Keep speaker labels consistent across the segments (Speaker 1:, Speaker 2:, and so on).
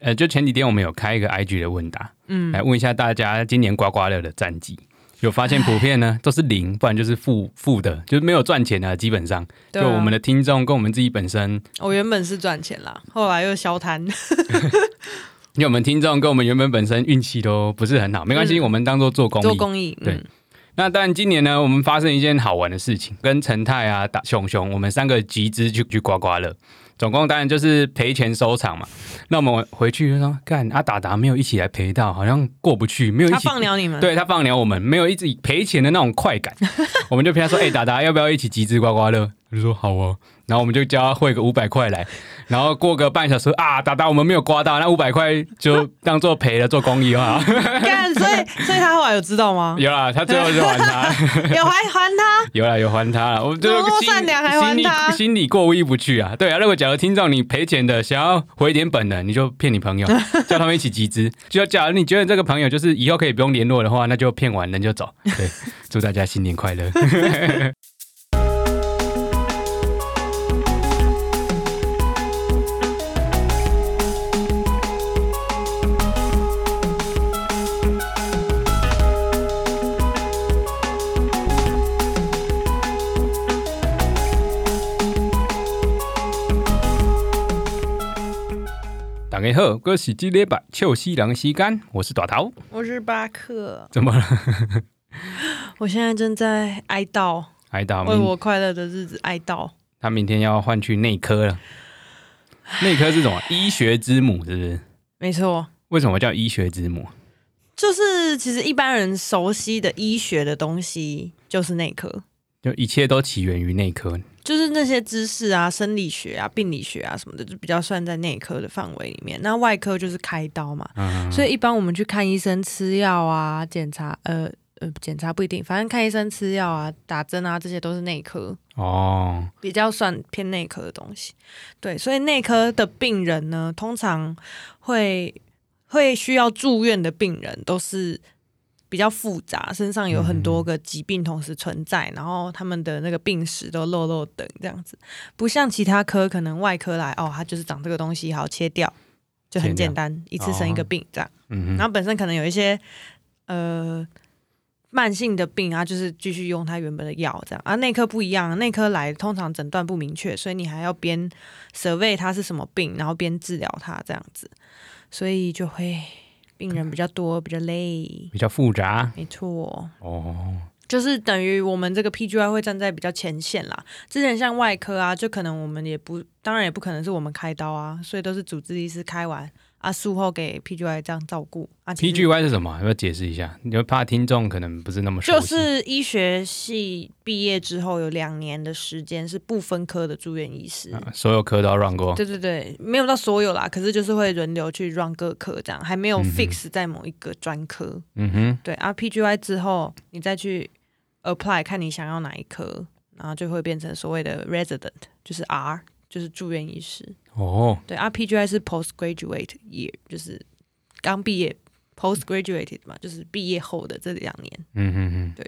Speaker 1: 呃，就前几天我们有开一个 IG 的问答，嗯，来问一下大家今年刮刮乐的战绩。有发现普遍呢都是零，不然就是负负的，就是没有赚钱的，基本上。
Speaker 2: 对啊
Speaker 1: 就我们的听众跟我们自己本身，
Speaker 2: 我原本是赚钱啦，后来又消摊。
Speaker 1: 因为我们听众跟我们原本本身运气都不是很好，没关系，
Speaker 2: 嗯
Speaker 1: 我们当做做公
Speaker 2: 做
Speaker 1: 益。
Speaker 2: 公益，
Speaker 1: 对
Speaker 2: 嗯，
Speaker 1: 那但今年呢，我们发生一件好玩的事情，跟陈泰啊、大熊熊，我们三个集资去去刮刮乐，总共当然就是赔钱收场嘛。那我们回去就说，干阿达达没有一起来赔到，好像过不去，没有一
Speaker 2: 他
Speaker 1: 起
Speaker 2: 放了你们，，
Speaker 1: 对他放鸟我们，没有一直赔钱的那种快 感，我们就陪他说：“哎、达达，要不要一起集资刮刮乐？”他就说：“好哦。”然后我们就叫他汇个五百块来，然后过个半小时啊，达达我们没有刮到，那五百块就当做赔了做公益啊。
Speaker 2: 干，所以所以他后来有知道吗？
Speaker 1: 有啦，他最后就还 他，
Speaker 2: 有还还他，
Speaker 1: 有啦有还他了，我就
Speaker 2: 多么
Speaker 1: 心
Speaker 2: 哦善良还还
Speaker 1: 心里
Speaker 2: 他
Speaker 1: 心里过意不去啊。对啊，如果假如听众你赔钱的，想要回点本的，你就骗你朋 友，叫他们一起集资。就假如你觉得这个朋友就是以后可以不用联络的话，那就骗完人就走。对，祝大家新年快乐。大家好，我是今礼拜秋西郎西干，我是大头。
Speaker 2: 我是巴克，
Speaker 1: 怎么 了？
Speaker 2: 我现在正在哀悼，
Speaker 1: 海岛
Speaker 2: 为
Speaker 1: 哎明
Speaker 2: 哎我快乐的日子哀悼。
Speaker 1: 他明天要换去内科了。内科是什么？ 医学之母是不是？
Speaker 2: 没错，
Speaker 1: 为什么叫医学之母？
Speaker 2: 就是其实一般人熟悉的医学的东西就是内科，
Speaker 1: 就一切都起源于内科。
Speaker 2: 就是那些知识啊、生理学啊、病理学啊什么的，就比较算在内科的范围里面。那外科就是开刀嘛，
Speaker 1: 嗯，
Speaker 2: 所以一般我们去看医生吃药啊、检查，呃呃，检查不一定，反正看医生吃药啊、打针啊，这些都是内科，
Speaker 1: 哦，
Speaker 2: 比较算偏内科的东西。对，所以内科的病人呢，通常会会需要住院的病人都是。比较复杂，身上有很
Speaker 1: 嗯
Speaker 2: 多个疾病同时存在，然后他们的那个病史都漏漏等这样子，不像其他科可能外科来哦，他就是长这个东西，好切掉，就很
Speaker 1: 切掉
Speaker 2: 简单，一次生一个病这样。
Speaker 1: 嗯
Speaker 2: 然
Speaker 1: 哼，
Speaker 2: 后本身可能有一些呃慢性的病啊，就是继续用它原本的药这样啊。内科不一样，内科来通常诊断不明确，所以你还要边 survey 它是什么病，然后边治疗它这样子，所以就会病人比较多，比较累。
Speaker 1: 比较复杂
Speaker 2: 没错，
Speaker 1: 哦。
Speaker 2: 就是等于我们这个 PGY 会站在比较前线啦。之前像外科啊，就可能我们也不，当然也不可能是我们开刀啊，所以都是主治医师开完啊，术后给 PGY 这样照顾啊。其实
Speaker 1: PGY 是什么？要不要解释一下？你会怕听众可能不是那么熟
Speaker 2: 就
Speaker 1: 悉。
Speaker 2: 是医学系毕业之后有两年的时间是不分科的住院医师。
Speaker 1: 啊所有科都要让过。
Speaker 2: 对对对，没有到所有啦，可是就是会轮流去 run 各科这样，还没有
Speaker 1: 嗯哼
Speaker 2: fix 在某一个专科。
Speaker 1: 嗯哼，
Speaker 2: 对啊，PGY 之后你再去 apply 看你想要哪一科，然后就会变成所谓的 resident，就是 R，就是住院医师。
Speaker 1: 哦，
Speaker 2: 对啊，PGY 是 postgraduate year，就是刚毕业 postgraduated 嘛，就是毕业后的这两年，
Speaker 1: 嗯哼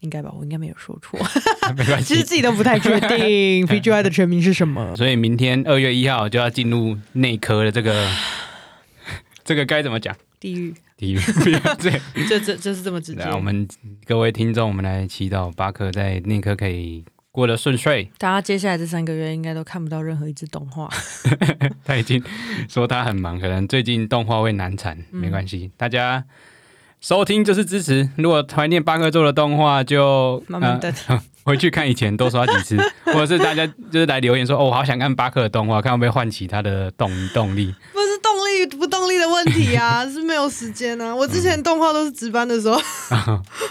Speaker 2: 应该吧？我应该没有说错。
Speaker 1: 哼，没 关
Speaker 2: 啊其实
Speaker 1: 系。
Speaker 2: 自己都不太确定 PGI 的全名是什么。
Speaker 1: 所以明天二月一号就要进入内科的这个， 这个该怎么讲？
Speaker 2: 地狱，
Speaker 1: 地狱不要这样。
Speaker 2: 就这就是这么直接
Speaker 1: 啊那。我们各位听众，我们来祈祷巴克在内科可以过得顺遂。
Speaker 2: 大家接下来这三个月应该都看不到任何一支动 画。
Speaker 1: 他已经说他很忙，可能最近动画会难产，没关系，大家收听就是支持。如果怀念巴克做的动画，就
Speaker 2: 慢慢等
Speaker 1: 呃 回去看以前多刷几 次，或者是大家就是来留言说，哦，我好想看巴克的动画，看会不会唤起他的动动力。
Speaker 2: 不是动力不动力的问 题啊，是没有时间啊。我之前动画都是值班的时候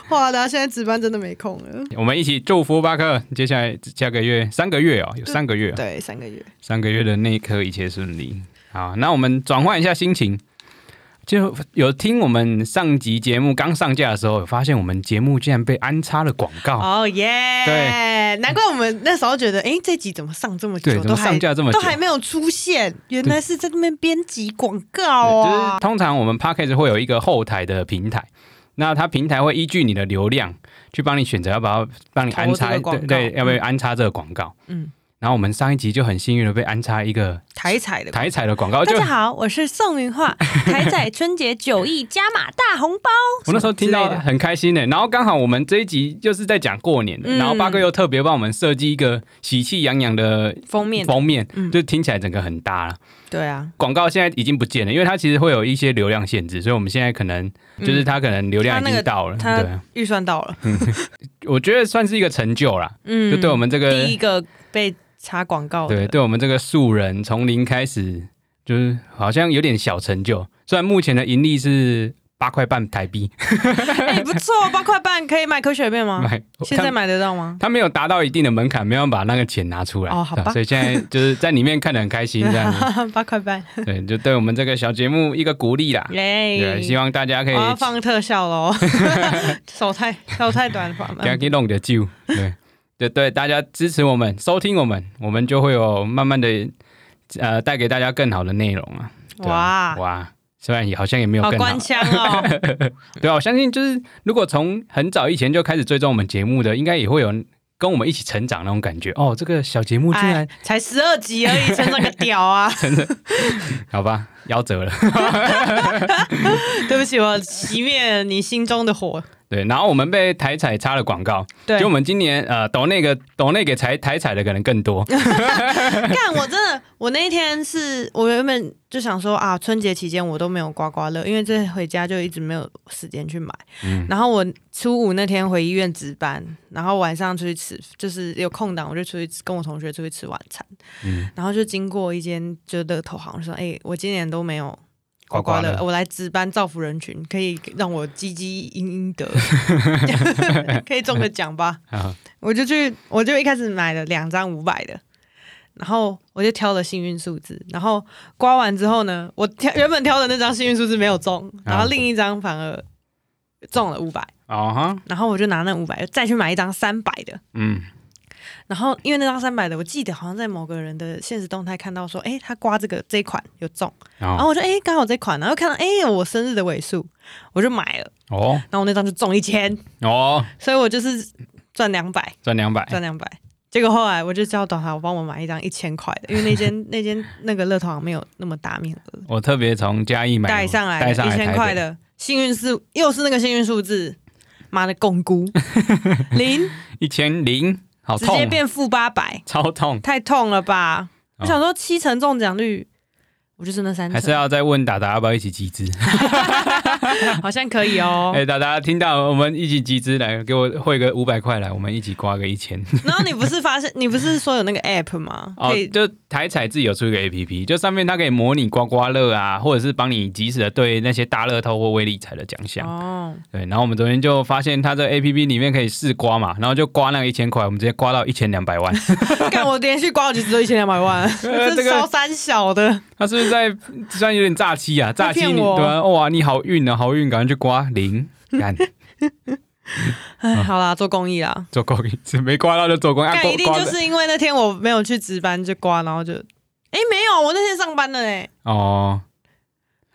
Speaker 2: 画的啊，现在值班真的没空了。
Speaker 1: 我们一起祝福巴克，接下来下个月三个月哦，有三个月、哦，
Speaker 2: 对，三个月。
Speaker 1: 三个月的内科一切顺利。好，那我们转换一下心情。就有听我们上集节目刚上架的时候，有发现我们节目竟然被安插了广告，
Speaker 2: 哦耶！
Speaker 1: 对，
Speaker 2: 难怪我们那时候觉得，哎，这集怎么上这么久
Speaker 1: 对，，怎
Speaker 2: 都
Speaker 1: 么
Speaker 2: 还
Speaker 1: 上架这么久？
Speaker 2: 都还没有出现，原来是在那边编辑广告
Speaker 1: 对
Speaker 2: 啊
Speaker 1: 就是！通常我们 p a c k a g e 会有一个后台的平台，那它平台会依据你的流量去帮你选择要不要帮你安插，
Speaker 2: 投这个广
Speaker 1: 对
Speaker 2: 告
Speaker 1: 对，
Speaker 2: 嗯
Speaker 1: 要不要安插这个广告？
Speaker 2: 嗯
Speaker 1: 嗯，然后我们上一集就很幸运的被安插一个
Speaker 2: 台彩的。
Speaker 1: 台彩的 广告，
Speaker 2: 大
Speaker 1: 就
Speaker 2: 家好，我是宋 云画，台彩春节九亿加码大红包。
Speaker 1: 我那时候听
Speaker 2: 什
Speaker 1: 到
Speaker 2: 么之类的
Speaker 1: 很开心的、然后刚好我们这一集就是在讲过年的，
Speaker 2: 嗯
Speaker 1: 然后八哥又特别帮我们设计一个喜气洋洋的
Speaker 2: 封面，
Speaker 1: 封面，
Speaker 2: 嗯
Speaker 1: 就听起来整个很搭了。
Speaker 2: 对啊，
Speaker 1: 广告现在已经不见了，因为它其实会有一些流量限制，所以我们现在可能就是它可能流量
Speaker 2: 它
Speaker 1: 已
Speaker 2: 那
Speaker 1: 经
Speaker 2: 个
Speaker 1: 到了，
Speaker 2: 嗯它
Speaker 1: 对啊，
Speaker 2: 预算到了，
Speaker 1: 我觉得算是一个成就啦，
Speaker 2: 嗯，
Speaker 1: 就对我们这个
Speaker 2: 第一个被插广告的，
Speaker 1: 对，对我们这个素人从零开始，就是好像有点小成就。虽然目前的盈利是八块半台币，
Speaker 2: 哎，不错，八块半可以买科学面吗？
Speaker 1: 买
Speaker 2: 啊现在
Speaker 1: 他
Speaker 2: 买得到吗？
Speaker 1: 他没有达到一定的门槛，没有把那个钱拿出来。
Speaker 2: 哦好吧
Speaker 1: 对所以现在就是在里面看得很开心，这样 子
Speaker 2: 八 块半，
Speaker 1: 对，就对我们这个小节目一个鼓励啦。
Speaker 2: 耶
Speaker 1: 对，！希望大家可
Speaker 2: 我
Speaker 1: 以
Speaker 2: 要放特效喽， 手太手太短了吧
Speaker 1: 给他。给弄的救，对，对对，大家支持我们，收听我们，我们就会有慢慢的呃带给大家更好的内容啊。对啊
Speaker 2: 哇，
Speaker 1: 哇，虽然也好像也没有
Speaker 2: 好
Speaker 1: 更好
Speaker 2: 官，腔哦！
Speaker 1: 对啊，我相信就是如果从很早以前就开始追踪我们节目的，应该也会有跟我们一起成长那种感觉。哦，这个小节目居然、
Speaker 2: 哎，才十二集而已，成长个 屌啊！
Speaker 1: 好吧，夭折了。
Speaker 2: 对不起，我熄灭了你心中的火。
Speaker 1: 对，然后我们被台彩插了广告，
Speaker 2: 对
Speaker 1: 就我，们今年呃抖那个抖那给台台彩的可能更 多。
Speaker 2: 干我真的，我那一天是我原本就想说啊，春节期间我都没有刮刮乐，因为这回家就一直没有时间去买。
Speaker 1: 嗯，
Speaker 2: 然后我初五那天回医院值班，然后晚上出去吃，就是有空档我就出去吃跟我同学出去吃晚餐，
Speaker 1: 嗯
Speaker 2: 然后就经过一间就乐透行，我说：“哎、我今年都没有刮
Speaker 1: 刮
Speaker 2: 刮
Speaker 1: 刮
Speaker 2: 乐，
Speaker 1: 乐
Speaker 2: 我来值班造福人群，可以让我积积阴 阴德， 可以中个奖吧
Speaker 1: 好？”
Speaker 2: 我就去，我就一开始买了两张五百的。然后我就挑了幸运数字，然后刮完之后呢，我挑原本挑的那张幸运数字没有中，然后另一张反而中了五百，
Speaker 1: 哦哈，
Speaker 2: 然后我就拿那五百再去买一张三百的，
Speaker 1: 嗯，
Speaker 2: 然后因为那张三百的，我记得好像在某个人的现实动态看到说，哎，他刮这个这一款有中，
Speaker 1: 然
Speaker 2: 然后我就哎刚好这款，然后看到哎我生日的尾数，我就买了，
Speaker 1: 哦
Speaker 2: 然后我那张就中一千，
Speaker 1: 哦
Speaker 2: 所以我就是赚两百，
Speaker 1: 赚两百，
Speaker 2: 赚两百。结果后来我就叫导航帮我买一张一千块的，因为 那间那间那个乐透行没有那么大面额，
Speaker 1: 我特别从嘉义买
Speaker 2: 带上来
Speaker 1: 带
Speaker 2: 的
Speaker 1: 上
Speaker 2: 一
Speaker 1: 来
Speaker 2: 千
Speaker 1: 台
Speaker 2: 块
Speaker 1: 北，
Speaker 2: 的幸运数又是那个幸运数字，妈的共估 零，
Speaker 1: 一千零，好
Speaker 2: 直接
Speaker 1: 痛，
Speaker 2: 变负八百。
Speaker 1: 超痛，
Speaker 2: 太痛了吧！
Speaker 1: 哦
Speaker 2: 我想说七成中奖率，我就是那三
Speaker 1: 还是
Speaker 2: 成，
Speaker 1: 要再问达达要不要一起集资？
Speaker 2: 好像可以哦
Speaker 1: 哎、。达达听到我们一起集资来，给我汇个五百块来，我们一起刮个一千。
Speaker 2: 然后你不是发现，你不是说有那个 app 吗？
Speaker 1: 哦
Speaker 2: 可以，
Speaker 1: 就台彩自己有出一个 A P P，就上面它可以模拟刮刮乐啊，或者是帮你及时的对那些大乐透或微理财的奖项。
Speaker 2: 哦，
Speaker 1: 对，然后我们昨天就发现它这 A P P 里面可以试刮嘛，然后就刮那个一千块，我们直接刮到一千两百万。
Speaker 2: 看我连续刮好几次都一千两百万，
Speaker 1: 呃
Speaker 2: 这
Speaker 1: 这个啊
Speaker 2: 烧三小的，
Speaker 1: 他是不是在虽然有点诈欺啊？诈欺
Speaker 2: 骗
Speaker 1: 你
Speaker 2: 我
Speaker 1: 对吧、哇，你好运啊，好运，赶快去刮零。干
Speaker 2: 哎，好啦，做公益啦。
Speaker 1: 做公益，没刮到就做公益，啊
Speaker 2: 但
Speaker 1: 刮
Speaker 2: 一定
Speaker 1: 刮
Speaker 2: 就
Speaker 1: 的
Speaker 2: 是因为那天我没有去值班就刮，然后就，哎，没有，我那天上班了哎，
Speaker 1: 哦，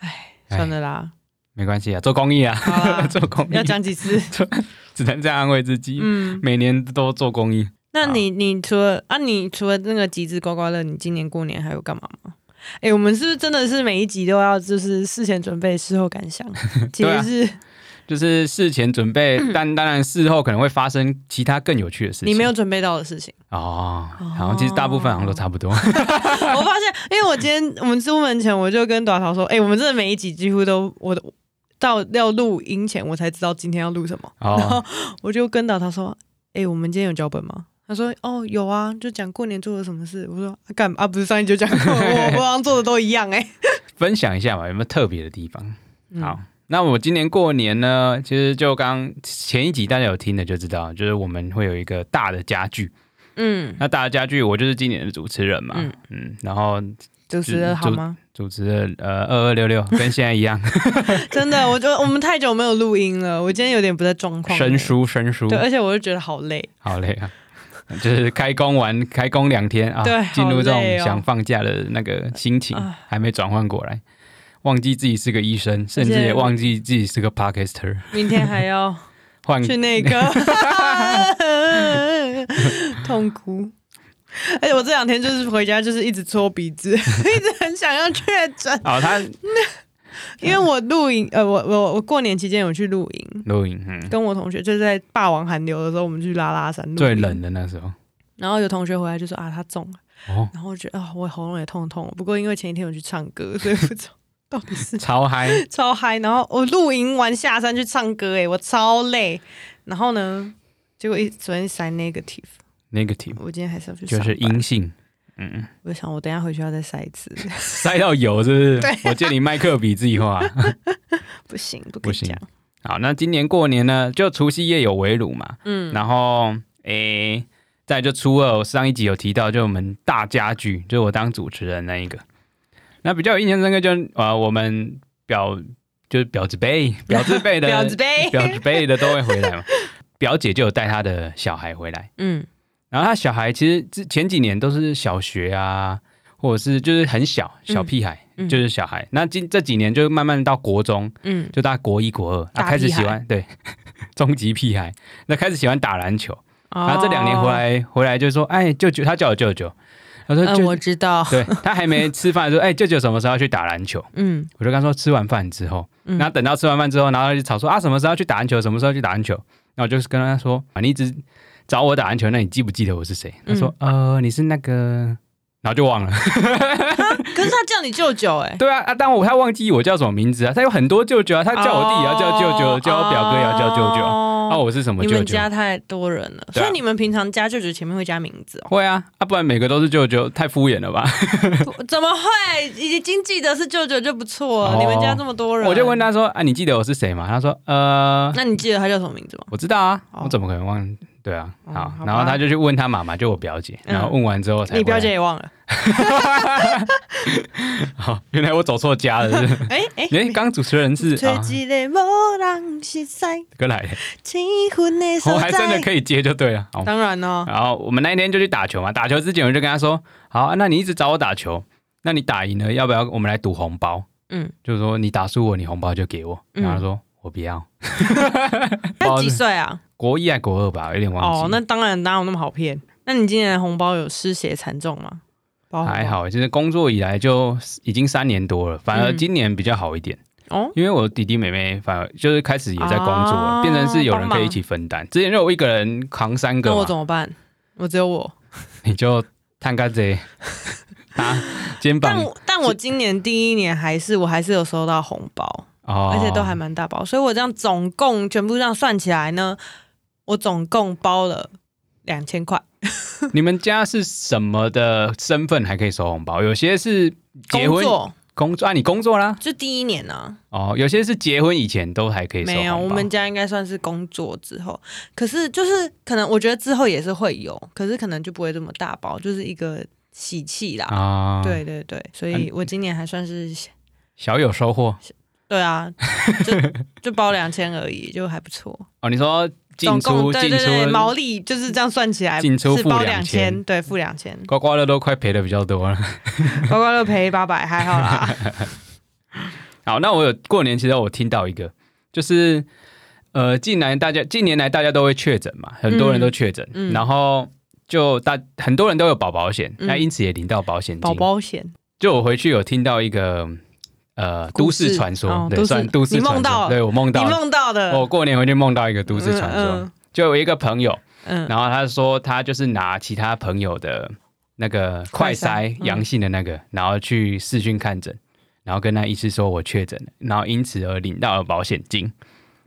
Speaker 1: 哎
Speaker 2: 算了啦，
Speaker 1: 没关系啊，做公益啊，
Speaker 2: 好啦，
Speaker 1: 做公益
Speaker 2: 要，讲几次？
Speaker 1: 只能这样安慰自己。
Speaker 2: 嗯，
Speaker 1: 每年都做公益，
Speaker 2: 那你你除了啊，你除了那个集资刮刮乐，你今年过年还有干嘛吗？哎、我们是不是真的是每一集都要就是事前准备，事后感想？节
Speaker 1: 对啊
Speaker 2: 日、
Speaker 1: 就是事前准备， 但当然事后可能会发生其他更有趣的事情。
Speaker 2: 你没有准备到的事情，
Speaker 1: 哦，好像其实大部分好像都差不多。
Speaker 2: 我发现，因为我今天我们出门前我就跟短桃说，哎、我们真的每一集几乎都我的到要录音前我才知道今天要录什么， 然
Speaker 1: 哦
Speaker 2: 后我就跟短桃说，哎、我们今天有脚本吗？他说：“哦，有啊，就讲过年做了什么事。”我说：“啊干啊，不是上一集就讲 过，我我好像做的都一样哎、
Speaker 1: 分享一下嘛，有没有特别的地方？
Speaker 2: 嗯
Speaker 1: 好，那我今年过年呢，其实就刚前一集大家有听的就知道，就是我们会有一个大的家具。
Speaker 2: 嗯，
Speaker 1: 那大的家具，我就是今年的主持人嘛，
Speaker 2: 嗯
Speaker 1: 嗯然后
Speaker 2: 主持人好吗？
Speaker 1: 主持人呃二二六 六跟现在一样，
Speaker 2: 真的，我觉得我们太久没有录音了，我今天有点不在状况。
Speaker 1: 生疏生疏
Speaker 2: 对，，而且我就觉得好累。
Speaker 1: 好累啊。就是开工完， 开工两天啊
Speaker 2: 对，
Speaker 1: 进入这
Speaker 2: 好累
Speaker 1: 种
Speaker 2: 哦
Speaker 1: 想放假的那个心情，
Speaker 2: 啊
Speaker 1: 还没转换过来，忘记自己是个医生，甚至
Speaker 2: 而且
Speaker 1: 也忘记自己是个 podcaster，
Speaker 2: 明天 还要
Speaker 1: 换
Speaker 2: 去那个痛哭。而且我这两天就是回家，就是一直搓鼻子，一 直很想要确诊，
Speaker 1: 啊、他
Speaker 2: 因为我露营，呃，我我我过年期间有去露营，
Speaker 1: 露营，嗯，
Speaker 2: 跟我同学就是在霸王寒流的时候，我们去拉拉山露营
Speaker 1: 最冷的那时候，
Speaker 2: 然后有同学回来就说啊，他中了，
Speaker 1: 哦，
Speaker 2: 然后我觉得啊、我喉咙也痛痛，不过因为前一天有去唱歌，所以不知道到底是
Speaker 1: 超嗨，
Speaker 2: 超嗨。然后我露营完下山去唱歌、欸，我超累。然后呢，结果一昨天塞 negative，
Speaker 1: negative
Speaker 2: 我今天还是要去上
Speaker 1: 就
Speaker 2: 班
Speaker 1: 是阴性，嗯，
Speaker 2: 我想我等一下回去要再塞一次，
Speaker 1: 塞到油是不是？我借你麦克笔自己 画。
Speaker 2: 不行，不可
Speaker 1: 不
Speaker 2: 以
Speaker 1: 行
Speaker 2: 讲。
Speaker 1: 好，那今年过年呢，就除夕夜有围炉嘛，
Speaker 2: 嗯，
Speaker 1: 然后诶、再就初二，我上一集有提到，就我们大家具，就是我当主持人那一个。那比较有印象深刻就，呃，我们表就是表子 辈、表字辈的
Speaker 2: 婊子辈
Speaker 1: 表子辈的都会回来嘛。表姐就有带她的小孩回来，
Speaker 2: 嗯
Speaker 1: 然后她小孩其实之前几年都是小学啊，或者是就是很小小屁孩，
Speaker 2: 嗯
Speaker 1: 就是小孩。那今这几年就慢慢到国中，
Speaker 2: 嗯，
Speaker 1: 就大概国一国二，
Speaker 2: 大
Speaker 1: 啊、开始
Speaker 2: 屁
Speaker 1: 喜
Speaker 2: 孩
Speaker 1: 欢对 终极屁孩，那开始喜欢打篮球。
Speaker 2: 然
Speaker 1: 然后这两年回，来回来就说，哎，舅舅，他叫我舅舅，他说
Speaker 2: 哦嗯，
Speaker 1: 舅，
Speaker 2: 我知道，
Speaker 1: 啊对他还没吃饭，说，哎，舅舅什么时候要去打篮球？
Speaker 2: 嗯
Speaker 1: 我就跟他说吃完饭之后，
Speaker 2: 嗯
Speaker 1: 然后等到吃完饭之后，然后他就吵说啊，什么时候要去打篮球？什么时候要去打篮球？然后我就是跟他说，啊，你一直找我打篮球，那你记不记得我是谁？他说，
Speaker 2: 嗯
Speaker 1: 呃，你是那个。然后就忘 了，
Speaker 2: 可是他叫你舅舅哎、
Speaker 1: 对啊啊！但我他忘记我叫什么名字啊，他有很多舅舅啊，他叫我弟也要叫舅舅，
Speaker 2: 哦
Speaker 1: 叫我表哥也要叫舅舅，
Speaker 2: 哦
Speaker 1: 啊，我是什么
Speaker 2: 你
Speaker 1: 舅
Speaker 2: 们
Speaker 1: 舅？
Speaker 2: 家太多人了，
Speaker 1: 对啊
Speaker 2: 所以你们平常加舅舅前面会加名 字哦？
Speaker 1: 会啊，啊，不然每个都是舅舅，太敷衍了吧？
Speaker 2: 不怎么会？已经记得是舅舅就不错了。
Speaker 1: 哦
Speaker 2: 你们家这么多人，
Speaker 1: 我就问，他说：“啊，你记得我是谁吗？”他说：“呃，
Speaker 2: 那你记得他叫什么名字吗？
Speaker 1: 我知道啊，
Speaker 2: 哦
Speaker 1: 我怎么可能忘？对啊，
Speaker 2: 哦
Speaker 1: 好。
Speaker 2: 好吧
Speaker 1: 然后他就去问他妈妈，就我表姐，
Speaker 2: 嗯
Speaker 1: 然后问完之后才
Speaker 2: 你表姐
Speaker 1: 回
Speaker 2: 也忘了？
Speaker 1: 来， 好，原来我走错家了， 是不是
Speaker 2: 哎哎，
Speaker 1: 哎，刚主持人是
Speaker 2: 吹
Speaker 1: 啊，
Speaker 2: 一个无人识识，
Speaker 1: 哥来的，
Speaker 2: 青云的所
Speaker 1: 我哦还真的
Speaker 2: 在。
Speaker 1: 可以接就对了。好，
Speaker 2: 当然 哦呢，
Speaker 1: 然后我们那一天就去打球嘛，打球之前我就跟他说：“好，啊那你一直找我打球，那你打赢了，要不要我们来赌红包？
Speaker 2: 嗯，
Speaker 1: 就是说你打输我，你红包就给我。”
Speaker 2: 嗯
Speaker 1: 然后他说：“我不要。
Speaker 2: 他几岁啊？”
Speaker 1: 国一还国二吧，有点忘记。
Speaker 2: 哦，那当然，哪有那么好骗？那你今年的红包有失血惨重吗？包红包
Speaker 1: 还好，就是工作以来就已经三年多了，反
Speaker 2: 嗯
Speaker 1: 而今年比较好一点，
Speaker 2: 哦，
Speaker 1: 因为我弟弟妹妹反而就是开始也在工作了，
Speaker 2: 啊
Speaker 1: 变成是有人可以一起分担。之前就我一个人扛三个
Speaker 2: 那我
Speaker 1: 嘛，
Speaker 2: 怎么办？我只有我，
Speaker 1: 你就探个这 打肩
Speaker 2: 但
Speaker 1: 膀
Speaker 2: 我但我今年第一年还是我还是有收到红包，
Speaker 1: 哦，
Speaker 2: 而且 都还蛮大包，所以我这样总共全部这样算起来呢，我总共包了两千块。
Speaker 1: 你们家是什么的身份还可以收红包？有些是结
Speaker 2: 工
Speaker 1: 婚
Speaker 2: 作
Speaker 1: 工作啊，你工作啦
Speaker 2: 就第一年呢、
Speaker 1: 哦，有些是结婚以前都还可以收
Speaker 2: 没有，
Speaker 1: 红
Speaker 2: 我
Speaker 1: 包
Speaker 2: 们家应该算是工作之后，可是就是可能我觉得之后也是会有，可是可能就不会这么大包，就是一个喜气啦。
Speaker 1: 啊，
Speaker 2: 对对对，所以我今年还算是
Speaker 1: 小有收获
Speaker 2: 对啊，就就包两千而已，就还不错。
Speaker 1: 哦。你说进
Speaker 2: 总
Speaker 1: 出
Speaker 2: 共对
Speaker 1: 进
Speaker 2: 对对，
Speaker 1: 出
Speaker 2: 毛利就是这样算起来，
Speaker 1: 进出
Speaker 2: 是
Speaker 1: 付
Speaker 2: 包
Speaker 1: 2000，
Speaker 2: 千，对，付两千
Speaker 1: 刮刮乐都快赔的比较多了。
Speaker 2: 刮刮乐赔八百，还好 啦。
Speaker 1: 好，那我有过年，其实我听到一个，就是呃，近来大家近年来大家都会确诊嘛，很多人都确诊，
Speaker 2: 嗯嗯
Speaker 1: 然后就大很多人都有保保险，
Speaker 2: 嗯
Speaker 1: 那因此也领到保险金。
Speaker 2: 保保险，
Speaker 1: 就我回去有听到一个呃都
Speaker 2: 故事
Speaker 1: 市传说，
Speaker 2: 哦
Speaker 1: 对，
Speaker 2: 都市
Speaker 1: 算都市
Speaker 2: 你梦
Speaker 1: 传
Speaker 2: 到
Speaker 1: 说，
Speaker 2: 了
Speaker 1: 对我梦
Speaker 2: 你
Speaker 1: 到了，哦
Speaker 2: 梦到的
Speaker 1: 我过年回去梦到一个都市传说，
Speaker 2: 嗯
Speaker 1: 就有一个朋友，
Speaker 2: 嗯嗯
Speaker 1: 然后他说他就是拿其他朋友的那个快
Speaker 2: 快嗯
Speaker 1: 筛
Speaker 2: 筛
Speaker 1: 阳性的那个，然后去视讯看诊，然后跟那医师说我确诊了，然后因此而领到了保险金。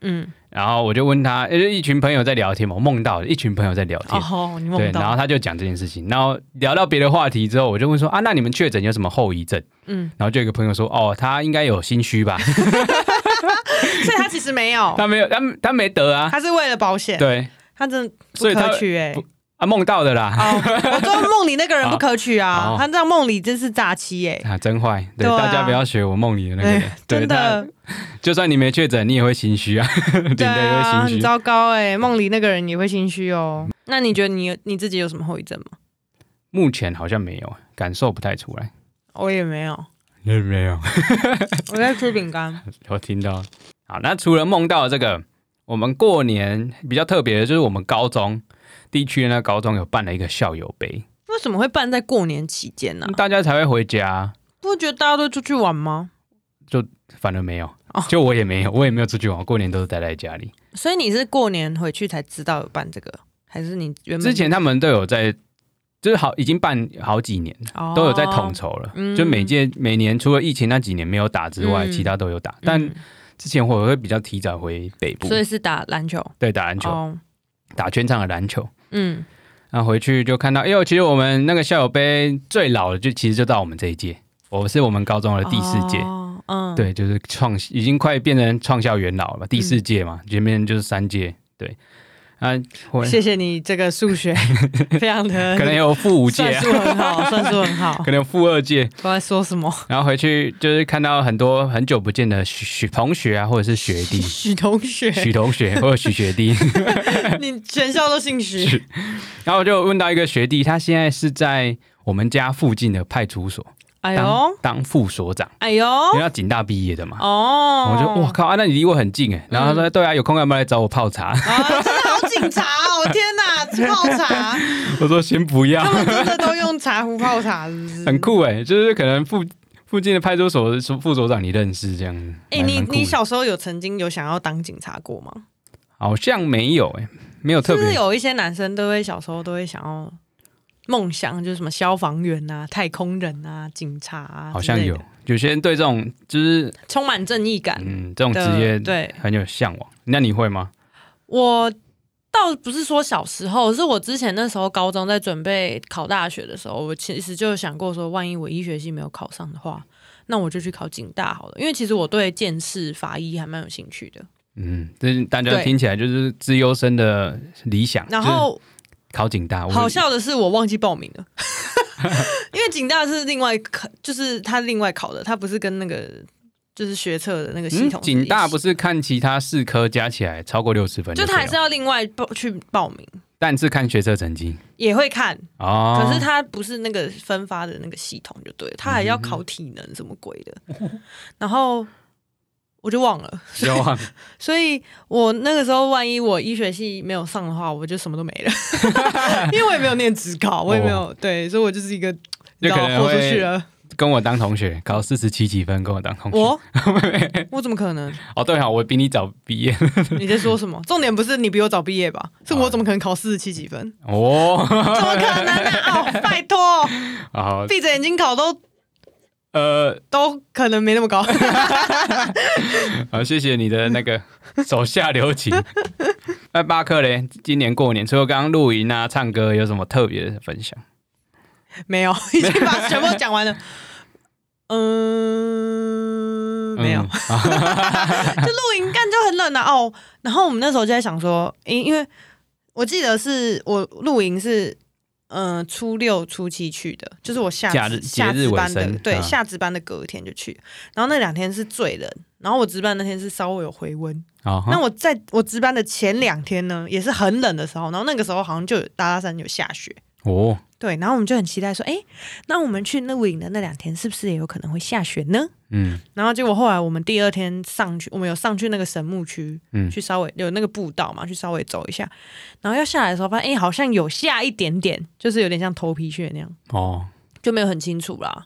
Speaker 2: 嗯，
Speaker 1: 然后我就问他，因为一群朋友在聊天嘛，我梦到了一群朋友在聊天，
Speaker 2: 哦吼，你
Speaker 1: 对，
Speaker 2: 梦
Speaker 1: 然后
Speaker 2: 到，
Speaker 1: 他就讲这件事情，然后聊到别的话题之后，我就问说啊，那你们确诊有什么后遗症？
Speaker 2: 嗯，
Speaker 1: 然后就有一个朋友说，哦，他应该有心虚 吧，
Speaker 2: 所以他其实没有，
Speaker 1: 他没有，他他没得啊，
Speaker 2: 他是为了保险，
Speaker 1: 对
Speaker 2: 他真的不
Speaker 1: 所以他
Speaker 2: 可取哎。
Speaker 1: 不哦啊，梦到的啦，
Speaker 2: 哦，我说梦里那个 人不可取
Speaker 1: 好
Speaker 2: 啊
Speaker 1: 好，
Speaker 2: 他这样梦里真是诈欺哎。
Speaker 1: 啊，真坏，对，
Speaker 2: 对啊
Speaker 1: 大家不要学我梦里的那个人，
Speaker 2: 哎
Speaker 1: 对
Speaker 2: 真
Speaker 1: 他
Speaker 2: 的，
Speaker 1: 就算你没确诊，你也会心虚啊， 领
Speaker 2: 对
Speaker 1: 的也
Speaker 2: 啊，
Speaker 1: 会
Speaker 2: 很
Speaker 1: 心虚。
Speaker 2: 糟糕哎、梦里那个人也会心虚哦。那你觉得你你自己有什么后遗症吗？
Speaker 1: 目前好像没有，感受不太出来。
Speaker 2: 我也没有，
Speaker 1: 没有，
Speaker 2: 我在吃饼 干。
Speaker 1: 我听到。好，那除了梦到的这个，我们过年比较特别的就是我们高中地区的那个高中有办了一个校友杯。
Speaker 2: 哇，为什么会办在过年期间呢、
Speaker 1: 大家才会回家，
Speaker 2: 不觉得大家都出去玩吗？
Speaker 1: 反而没有
Speaker 2: 哦。
Speaker 1: 就我也没有，我也没有出去玩，过年都是待在家里。
Speaker 2: 所以你是过年回去才知道有办这个，还是你原本
Speaker 1: 之前他们都有在，就是好已经办好几年了，
Speaker 2: 哦
Speaker 1: 都有在统筹了。
Speaker 2: 嗯
Speaker 1: 就每届每年除了疫情那几年没有打之外，
Speaker 2: 嗯
Speaker 1: 其他都有打。但
Speaker 2: 嗯
Speaker 1: 之前我会比较提早回北部，
Speaker 2: 所以是打篮球，
Speaker 1: 对打篮球，
Speaker 2: 哦，
Speaker 1: 打全场的篮球。
Speaker 2: 嗯，
Speaker 1: 然后回去就看到，哎呦，其实我们那个校友杯最老的就其实就到我们这一届，我是我们高中的第四届。
Speaker 2: 哦嗯，，
Speaker 1: 对，就是创已经快变成创校元老了吧，第四届嘛，
Speaker 2: 嗯
Speaker 1: 前面就是三届，对，啊，我
Speaker 2: 谢谢你这个 数学非常的，
Speaker 1: 可能有负五届、
Speaker 2: 算
Speaker 1: 啊，
Speaker 2: 数很 好，算数很好
Speaker 1: 可，能有负二届，
Speaker 2: 我在说什么？。
Speaker 1: 然后回去就是看到很多很久不见的许许同学啊，或者是学弟
Speaker 2: 许同学，
Speaker 1: 许同学或者许学弟，
Speaker 2: 你全校都姓许，
Speaker 1: 然后我就问到一个学弟，他现在是在我们家附近的派出所
Speaker 2: 哎
Speaker 1: 当
Speaker 2: 呦，
Speaker 1: 当副所长，
Speaker 2: 哎呦，
Speaker 1: 因为他警大毕业的嘛。
Speaker 2: 哦，嗯
Speaker 1: 我就哇靠啊，那你离我很近哎。然后他说对啊，有空要不要来找我泡茶？
Speaker 2: 啊，真的好警察哦！天哪，泡茶，
Speaker 1: 我说先不要
Speaker 2: 他，们真的都用茶壶泡茶，是不 是？
Speaker 1: 很酷哎，就是可能附附近的派出所的副所长你认识这样子。
Speaker 2: 哎、
Speaker 1: 蛮
Speaker 2: 你
Speaker 1: 蛮酷的
Speaker 2: 你小时候有曾经有想要当警察过吗？
Speaker 1: 好像没有哎，没有
Speaker 2: 是
Speaker 1: 特
Speaker 2: 不是
Speaker 1: 别
Speaker 2: 有一些男生都会小时候都会想要梦想，就是什么消防员啊、太空人啊、警察啊，
Speaker 1: 好像有，有些人对这种就是
Speaker 2: 充满正义感
Speaker 1: 嗯这种职
Speaker 2: 的。
Speaker 1: 业
Speaker 2: 对
Speaker 1: 很有向往。那你会吗？
Speaker 2: 我倒不是说小时候，是我之前那时候高中在准备考大学的时候，我其实就有想过说，万一我医学系没有考上的话，那我就去考警大好了，因为其实我对见识法医还蛮有兴趣的。
Speaker 1: 嗯，这大家
Speaker 2: 对
Speaker 1: 听起来就是资优生的理想，
Speaker 2: 然
Speaker 1: 就是
Speaker 2: 后
Speaker 1: 考警大，我
Speaker 2: 好笑的是，我忘记报 名了，因为警大是另外考，就是他另外考的，他不是跟那个就是学测的那个系
Speaker 1: 嗯
Speaker 2: 统、
Speaker 1: 警大不
Speaker 2: 是
Speaker 1: 是看其他四科加起来超过六十分
Speaker 2: 一
Speaker 1: 可
Speaker 2: 起，
Speaker 1: 以
Speaker 2: 就
Speaker 1: 了，啊
Speaker 2: 他还是要另外报去报名，
Speaker 1: 但是看学测成绩
Speaker 2: 也会看，
Speaker 1: 哦。
Speaker 2: 可是他不是那个分发的那个系统就对了，他还要考体能什么鬼的， 然后我就忘了，
Speaker 1: 希望
Speaker 2: 所以我那个时候万一我医学系没有上的话，我就什么都没了， 因为我也没有念职考，我也没有、对，所以我就是一个你知道
Speaker 1: 可能
Speaker 2: 豁出
Speaker 1: 会
Speaker 2: 去了。
Speaker 1: 跟我当同学，考四十七几分，跟我当同学。
Speaker 2: 我我怎么可能？
Speaker 1: 哦，对哈、我比你早毕 业
Speaker 2: 你在说什 么？重点不是你比我早毕业吧？是我怎么可能考四十七几分？
Speaker 1: 哦。
Speaker 2: 怎么可能啊？哦，拜托，
Speaker 1: 好，
Speaker 2: 闭着眼睛考都
Speaker 1: 呃，
Speaker 2: 都可能没那么高。
Speaker 1: 好，谢谢你的那个手下留 情。那巴克嘞，今年过年除了刚刚露营啊、唱歌，有什么特别的分享？
Speaker 2: 没有，已经把全部都讲完了。嗯，没有。
Speaker 1: 嗯
Speaker 2: 就露营干就很冷啊。哦，然后我们那时候就在想说，因因为我记得是我露营是。嗯、初六、初七去的，就是我下
Speaker 1: 假日
Speaker 2: 下
Speaker 1: 节日
Speaker 2: 值班
Speaker 1: 尾
Speaker 2: 的
Speaker 1: 声，
Speaker 2: 对，
Speaker 1: 啊
Speaker 2: 下值班的隔天就去。然后那两天是最冷，然后我值班那天是稍微有回温。
Speaker 1: 哦，
Speaker 2: 那我在我值班的前两天呢，也是很冷的时候，然后那个时候好像就有大拉山有下雪，
Speaker 1: 哦，
Speaker 2: 对，然后我们就很期待说，哎，那我们去露营的那两天是不是也有可能会下雪呢？
Speaker 1: 嗯，
Speaker 2: 然后结果后来我们第二天上去，我们有上去那个神木区，
Speaker 1: 嗯
Speaker 2: 去稍微有那个步道嘛，去稍微走一下。然后要下来的时候，发现哎，好像有下一点点，就是有点像头皮屑那样，
Speaker 1: 哦，
Speaker 2: 就没有很清楚啦。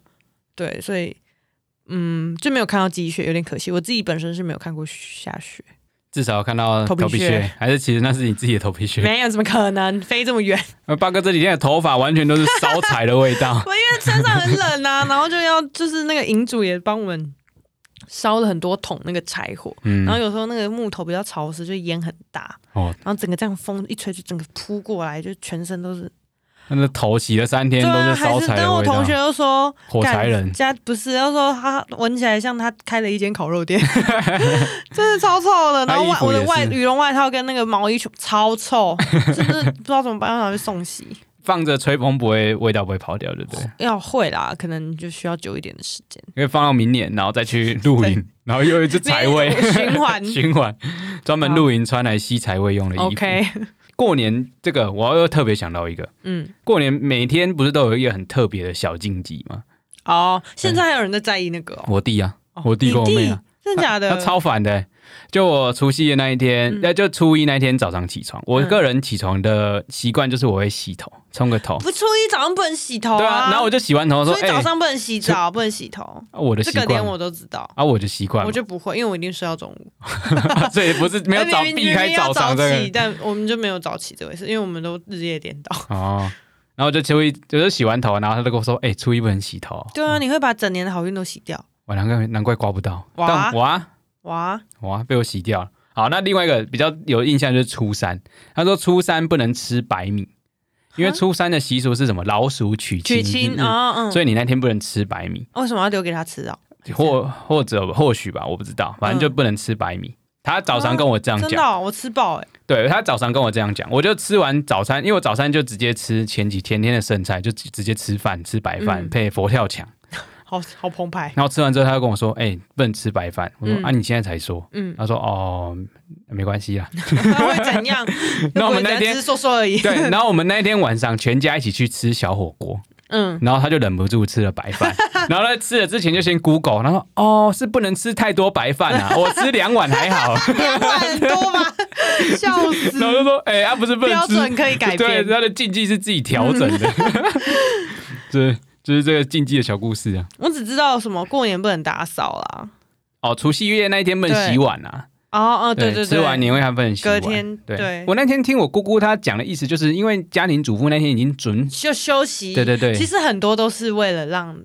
Speaker 2: 对，所以嗯，就没有看到积雪，有点可惜。我自己本身是没有看过下雪，
Speaker 1: 至少看到
Speaker 2: 头皮
Speaker 1: 头皮
Speaker 2: 屑
Speaker 1: 屑，还是其实那是你自己的头皮屑。
Speaker 2: 没有，怎么可能飞这么远？。
Speaker 1: 呃巴克这几天的头发完全都是烧柴的味道
Speaker 2: 我因为山上很冷 啊，然后就要就是那个营主也帮我们烧了很多桶那个柴火，
Speaker 1: 嗯
Speaker 2: 然，后有时候那个木头比较潮湿，就烟很大，
Speaker 1: 哦，
Speaker 2: 然后整个这样风一吹就整个扑过来，就全身都是。
Speaker 1: 那个头洗了三天
Speaker 2: 对
Speaker 1: 都
Speaker 2: 啊，
Speaker 1: 是
Speaker 2: 还
Speaker 1: 烧
Speaker 2: 是
Speaker 1: 柴的
Speaker 2: 我
Speaker 1: 味
Speaker 2: 同
Speaker 1: 道
Speaker 2: 学，又说
Speaker 1: 火柴
Speaker 2: 干
Speaker 1: 人
Speaker 2: 家不是，又说他闻起来像他开了一间烤 肉店，真的超臭的。然后外
Speaker 1: 他衣服
Speaker 2: 我的
Speaker 1: 也
Speaker 2: 外
Speaker 1: 是
Speaker 2: 羽绒外套跟那个毛衣全部 超臭，就是不知道怎么办，要拿去送洗。
Speaker 1: 放着吹风不会味道不会跑掉，对不对？
Speaker 2: 要会啦，可能就需要久一点的时 间。
Speaker 1: 可以放到明年，然后再 去露营，然后又有一只柴味
Speaker 2: 循环
Speaker 1: 循环，专门露营穿来吸柴味用的衣服。
Speaker 2: OK，
Speaker 1: 过年这个我又特别想到一个，
Speaker 2: 嗯，
Speaker 1: 过年每天不是都有一个很特别的小禁忌吗？
Speaker 2: 哦，现在还有人在在意那个、哦，
Speaker 1: 我弟啊，我
Speaker 2: 你
Speaker 1: 弟跟我妹啊，
Speaker 2: 真的假
Speaker 1: 他
Speaker 2: 的？嗯
Speaker 1: 超烦的欸、就我除夕的那一天，那、就初一那一天早上起床，我个人起床的习惯就是我会洗头，冲个头。
Speaker 2: 不初一早上不能洗头
Speaker 1: 哦对啊，然后我
Speaker 2: 就
Speaker 1: 就洗完头说：“
Speaker 2: 初
Speaker 1: 哎
Speaker 2: 一、早上不能洗澡，不能洗头，
Speaker 1: 啊我的
Speaker 2: 这
Speaker 1: 习
Speaker 2: 个
Speaker 1: 惯
Speaker 2: 连我都知道。
Speaker 1: 啊，我的习惯
Speaker 2: 我，就不会，因为我一定睡到中午。 哎
Speaker 1: 所以不是没有早
Speaker 2: 明明
Speaker 1: 避开
Speaker 2: 明明要
Speaker 1: 上这
Speaker 2: 早
Speaker 1: 个
Speaker 2: 起，但我们就没有早起这回事，因为我们都日夜颠倒。
Speaker 1: 哦。然后就初一就是洗完头，然后他就跟我说：“哎、初一不能洗头。
Speaker 2: 对啊，你会把整年的好运都洗掉。
Speaker 1: 我难怪难怪刮不到，
Speaker 2: 哇
Speaker 1: 但啊哇
Speaker 2: 哇，
Speaker 1: 哇被我洗掉了。好，那另外一个比较有印象就是初三，他说初三不能吃白米，因为
Speaker 2: 哈
Speaker 1: 初三的习俗是什么？老鼠娶亲
Speaker 2: 娶亲
Speaker 1: 日
Speaker 2: 啊，嗯，
Speaker 1: 所以你那天不能吃白米，
Speaker 2: 为什么要留给他吃啊？
Speaker 1: 或或者或许吧，我不知道，反正就不能吃白米。他早上跟我这样
Speaker 2: 真的
Speaker 1: 讲，
Speaker 2: 嗯哦、我吃爆哎、
Speaker 1: 对他早上跟我这样讲，我就吃完早餐，因为我早餐就直接吃前几天天的剩菜，就直直接吃饭，吃白饭、
Speaker 2: 嗯
Speaker 1: 配佛跳墙。
Speaker 2: 好好 澎湃。
Speaker 1: 然后吃完之后，他就跟我说：“哎、不能吃白饭。”我说：“
Speaker 2: 嗯
Speaker 1: 啊，你现在才说。”
Speaker 2: 嗯，
Speaker 1: 他说：“哦，没关系啊啦。
Speaker 2: 他会 怎样？
Speaker 1: 那我们
Speaker 2: 又不会怎
Speaker 1: 那
Speaker 2: 样
Speaker 1: 天
Speaker 2: 只是说说而”已。
Speaker 1: 对，然后我们那一天晚上全家一起去吃小火锅，
Speaker 2: 嗯，
Speaker 1: 然后他就忍不住吃了白饭，然后他吃了之前就先 Google，然后说哦是不能吃太多白饭啊，我吃两碗还 好，
Speaker 2: 两碗很多 吧，笑死。
Speaker 1: 然后就说哎、啊不是不能
Speaker 2: 标
Speaker 1: 吃，
Speaker 2: 准可以改
Speaker 1: 对，
Speaker 2: 变。
Speaker 1: 他的禁忌是自己调整 的，这、就是这个禁忌的小故事啊。
Speaker 2: 我只知道什么过年不能打扫啦。
Speaker 1: 哦，除夕夜那一天不能洗碗啊，
Speaker 2: 哦哦，对对，
Speaker 1: 吃完年味还不能洗碗。
Speaker 2: 隔天对
Speaker 1: 我那天听我姑姑她讲的意思，就是因为家庭主妇那天已经准
Speaker 2: 就休息。
Speaker 1: 对对对
Speaker 2: 其实很多都是为了让。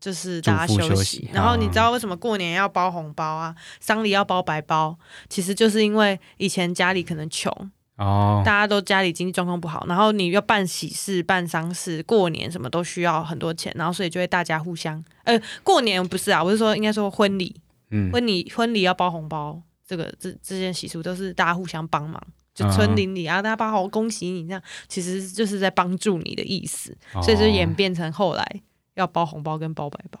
Speaker 2: 就是大家
Speaker 1: 主妇休
Speaker 2: 息
Speaker 1: 息，
Speaker 2: 然后你
Speaker 1: 嗯
Speaker 2: 知道为什么过年要包红包啊，丧礼要包白包？其实就是因为以前家里可能穷，
Speaker 1: 哦
Speaker 2: 大家都家里经济状况不好，然后你要办喜事、办丧事、过年什么都需要很多钱，然后所以就会大家互相，呃，过年不是啊，我是说应该说婚礼，
Speaker 1: 嗯
Speaker 2: 婚礼婚礼要包红包，这个这这件习俗都是大家互相帮忙，就
Speaker 1: 嗯
Speaker 2: 村邻里啊，大家包好恭喜你，这样其实就是在帮助你的意思，
Speaker 1: 哦
Speaker 2: 所以就演变成后来要包红包跟包白包。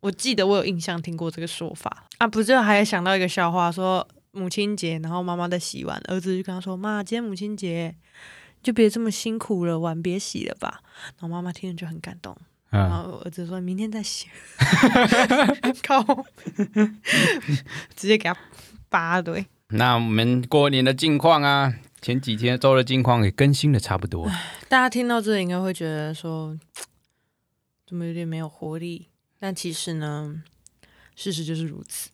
Speaker 2: 我记得我有印象听过这个说法啊，不是还想到一个笑话，说母亲节，然后妈妈在洗碗，儿子就跟他说：“妈，今天母亲节，就别这么辛苦了，碗别洗了吧。”然后妈妈听了就很感动，然
Speaker 1: 嗯，
Speaker 2: 后我儿子说明天再洗，靠， 直接给他扒对，
Speaker 1: 那我们过年的近况啊，前几天周的近况也更新的差不多了。
Speaker 2: 大家听到这里应该会觉得说，怎么有点没有活力？但其实呢，事实就是如此。